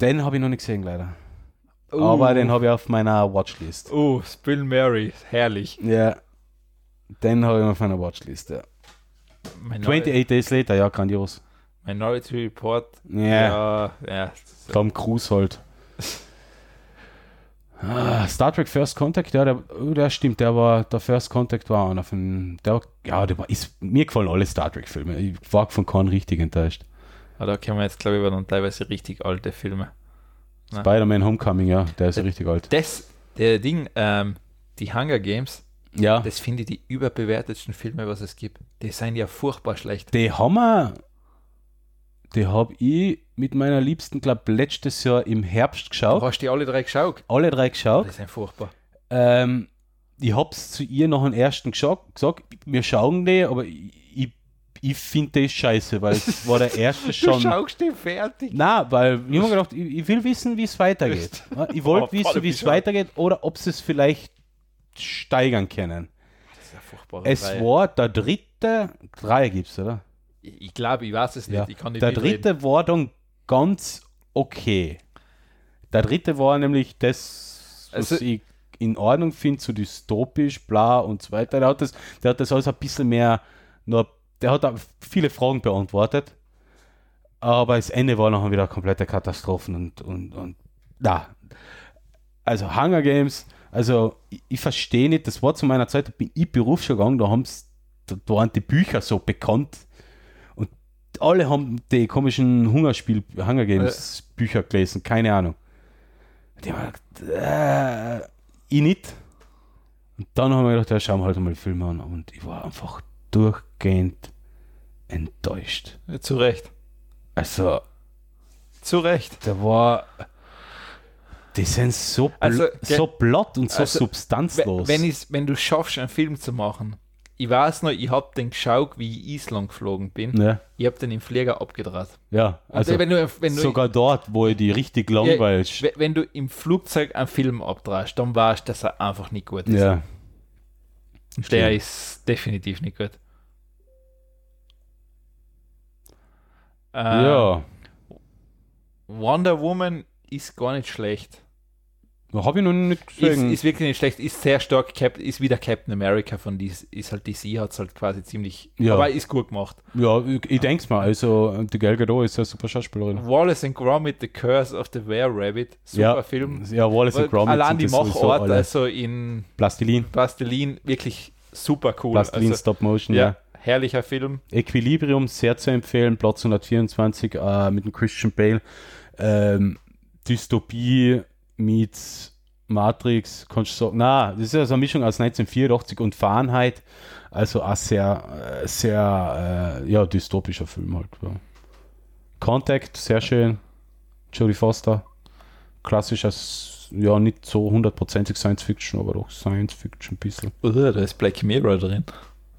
Den habe ich noch nicht gesehen, leider. Aber den habe ich auf meiner Watchlist.
Oh, Uh, Spill Mary, herrlich.
Ja. Den habe ich auf meiner Watchlist, ja.
Mein
28 Days Later, ja, grandios.
Minority Report
Ja,
Ja, ja.
Tom Cruise halt. Ah, Star Trek First Contact, ja, der, oh, der stimmt, der war, der First Contact war einer von, der, ja, der war, ist, mir gefallen alle Star Trek Filme, ich war von keinem richtig enttäuscht.
Aber Ah, da kennen wir jetzt, glaube ich, über dann teilweise richtig alte Filme. Ja.
Spider-Man Homecoming, ja, der ist
Der-
richtig alt.
Das, der Ding, ähm, die Hunger Games,
Ja,
das finde ich die überbewertetsten Filme, was es gibt. Die sind ja furchtbar schlecht.
die haben wir, die habe ich mit meiner Liebsten, glaube ich, letztes Jahr im Herbst
Du
geschaut.
hast die alle drei geschaut.
Alle drei
Die
geschaut.
sind furchtbar.
Ähm, ich habe es zu ihr nach dem ersten geschaut, gesagt, wir schauen die, aber ich, ich- ich finde das scheiße, weil es war der erste schon.
schaust den fertig.
Na, weil ich habe gedacht, ich, ich will wissen, wie es weitergeht. Ja, Ich wollte
Auf
wissen,
alle
wie es
Fälle.
weitergeht oder ob sie es vielleicht steigern können.
Das ist ja furchtbar.
Es war der dritte, drei gibt es, oder?
ich ich glaube, ich weiß es nicht.
Ja.
Ich kann nicht
der
mitreden.
dritte war dann ganz okay. Der dritte war nämlich das, was
Also-
ich in Ordnung finde, so dystopisch, bla und so weiter. Der hat das, der hat das alles ein bisschen mehr, nur, der hat auch viele Fragen beantwortet. Aber das Ende war nachher wieder komplette Katastrophen und, und, und na. Also Hunger Games, also ich, ich verstehe nicht, das war zu meiner Zeit, da bin ich Berufsschule gegangen, da, haben's, da, da waren die Bücher so bekannt alle haben die komischen Hungerspiel, Hunger Games Bücher gelesen, keine Ahnung. Die haben gesagt, äh, ich nicht. Und dann haben wir gedacht, ja, schauen wir halt mal die Filme an. Und ich war einfach durchgehend enttäuscht.
Ja, zu Recht.
Also,
Zu Recht.
da war. Die sind so, bl
Also, ge-
so platt und so
also,
substanzlos.
Wenn, ich's- wenn du schaffst, einen Film zu machen, ich weiß noch, ich habe den geschaut, wie ich Island geflogen bin.
ne?
Ich habe den im Flieger abgedraht.
Ja,
Und
also
wenn du, wenn du,
sogar dort, wo ich die richtig langweilig.
we- wenn du im Flugzeug einen Film abdrahst, dann weißt du, dass er einfach nicht gut ist.
Ja,
Der ist definitiv nicht gut. Äh,
ja.
Wonder Woman ist gar nicht schlecht.
Habe ich noch nicht
Ist,
gesehen.
ist wirklich nicht schlecht, ist sehr stark, Cap, ist wieder Captain America von DC, ist halt DC, hat es halt quasi ziemlich,
Ja.
aber ist gut gemacht.
Ja, ich, ich denke es mal. Also, die Gal Gadot ist ja super Schauspielerin.
Wallace and Gromit, The Curse of the Were Rabbit, super
ja,
Film.
Ja, Wallace und Gromit
Allein
sind
die
das sowieso
Machart,
alle.
also in
Plastilin,
Plastilin, wirklich super cool.
Plastilin
also,
Stop Motion, ja.
ja, herrlicher Film.
Equilibrium, sehr zu empfehlen. Platz 124 äh, mit dem Christian Bale. Ähm, Dystopie mit Matrix, kannst du sagen. Na, das ist ja so eine Mischung aus 1984 und Fahrenheit. Also ein sehr, äh, sehr äh, ja, dystopischer Film halt. Ja. Contact, sehr schön. Jodie Foster. Klassisch als, ja, nicht so hundertprozentig Science Fiction, aber doch Science Fiction ein bisschen.
da ist Black Mirror drin.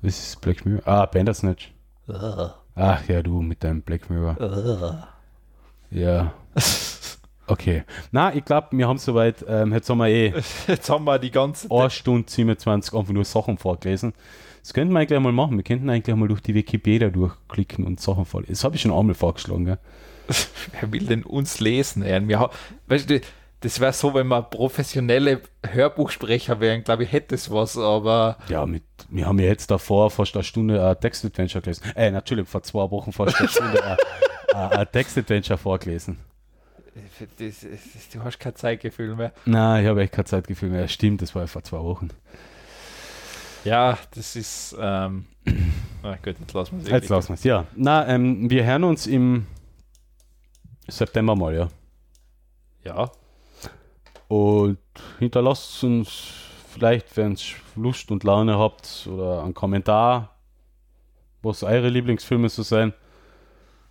Das ist Black Mirror. Ah, Bandersnatch. Ach ja, du mit deinem Black Mirror. Ja. Okay. Na, ich glaube, wir haben soweit, ähm, jetzt haben wir eh
Jetzt haben wir die ganze
eine Stunde 27 einfach nur Sachen vorgelesen. Das könnten wir eigentlich mal machen. Wir könnten eigentlich mal durch die Wikipedia durchklicken und Sachen vorlesen. Das habe ich schon einmal vorgeschlagen, gell?
Wer will denn uns lesen? Ey? Wir, ha- weißt du, das wäre so, wenn wir professionelle Hörbuchsprecher wären, glaube ich, hätte es was, aber
Ja, mit, wir haben ja jetzt davor fast eine Stunde äh, Text-Adventure gelesen. Äh, natürlich, vor zwei Wochen fast eine Stunde äh, äh, äh, Text-Adventure vorgelesen.
das, das, du hast kein Zeitgefühl mehr.
Na, ich habe echt kein Zeitgefühl mehr. Stimmt, das war ja vor zwei Wochen.
Ja, das ist. Ähm, na gut, jetzt lassen wir
Jetzt lassen wir es, ja. Na, ähm, wir hören uns im September mal, ja.
Ja,
Und hinterlasst uns vielleicht, wenn ihr Lust und Laune habt, oder einen Kommentar, was eure Lieblingsfilme so sein.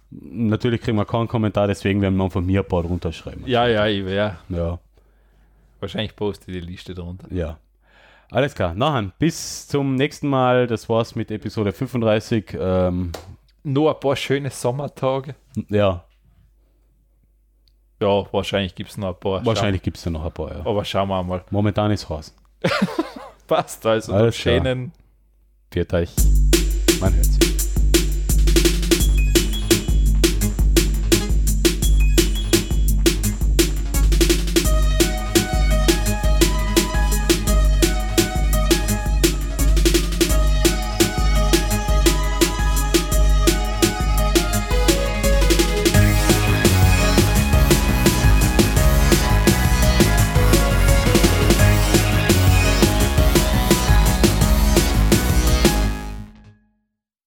Natürlich kriegen wir keinen Kommentar, deswegen werden wir von mir ein paar drunter schreiben.
ja, ja, ich wäre.
Ja,
Wahrscheinlich poste ich die Liste darunter.
ja. Alles klar, nachher. Bis zum nächsten Mal. Das war's mit Episode 35. Ähm,
Nur ein paar schöne Sommertage.
ja,
Ja, wahrscheinlich gibt es noch ein paar.
wahrscheinlich gibt es ja noch ein paar. Ja.
Schau, aber schauen wir mal.
Momentan ist raus.
Passt also.
Alles
Alles
klar.
schönen.
Pfiat euch. Man hört sich.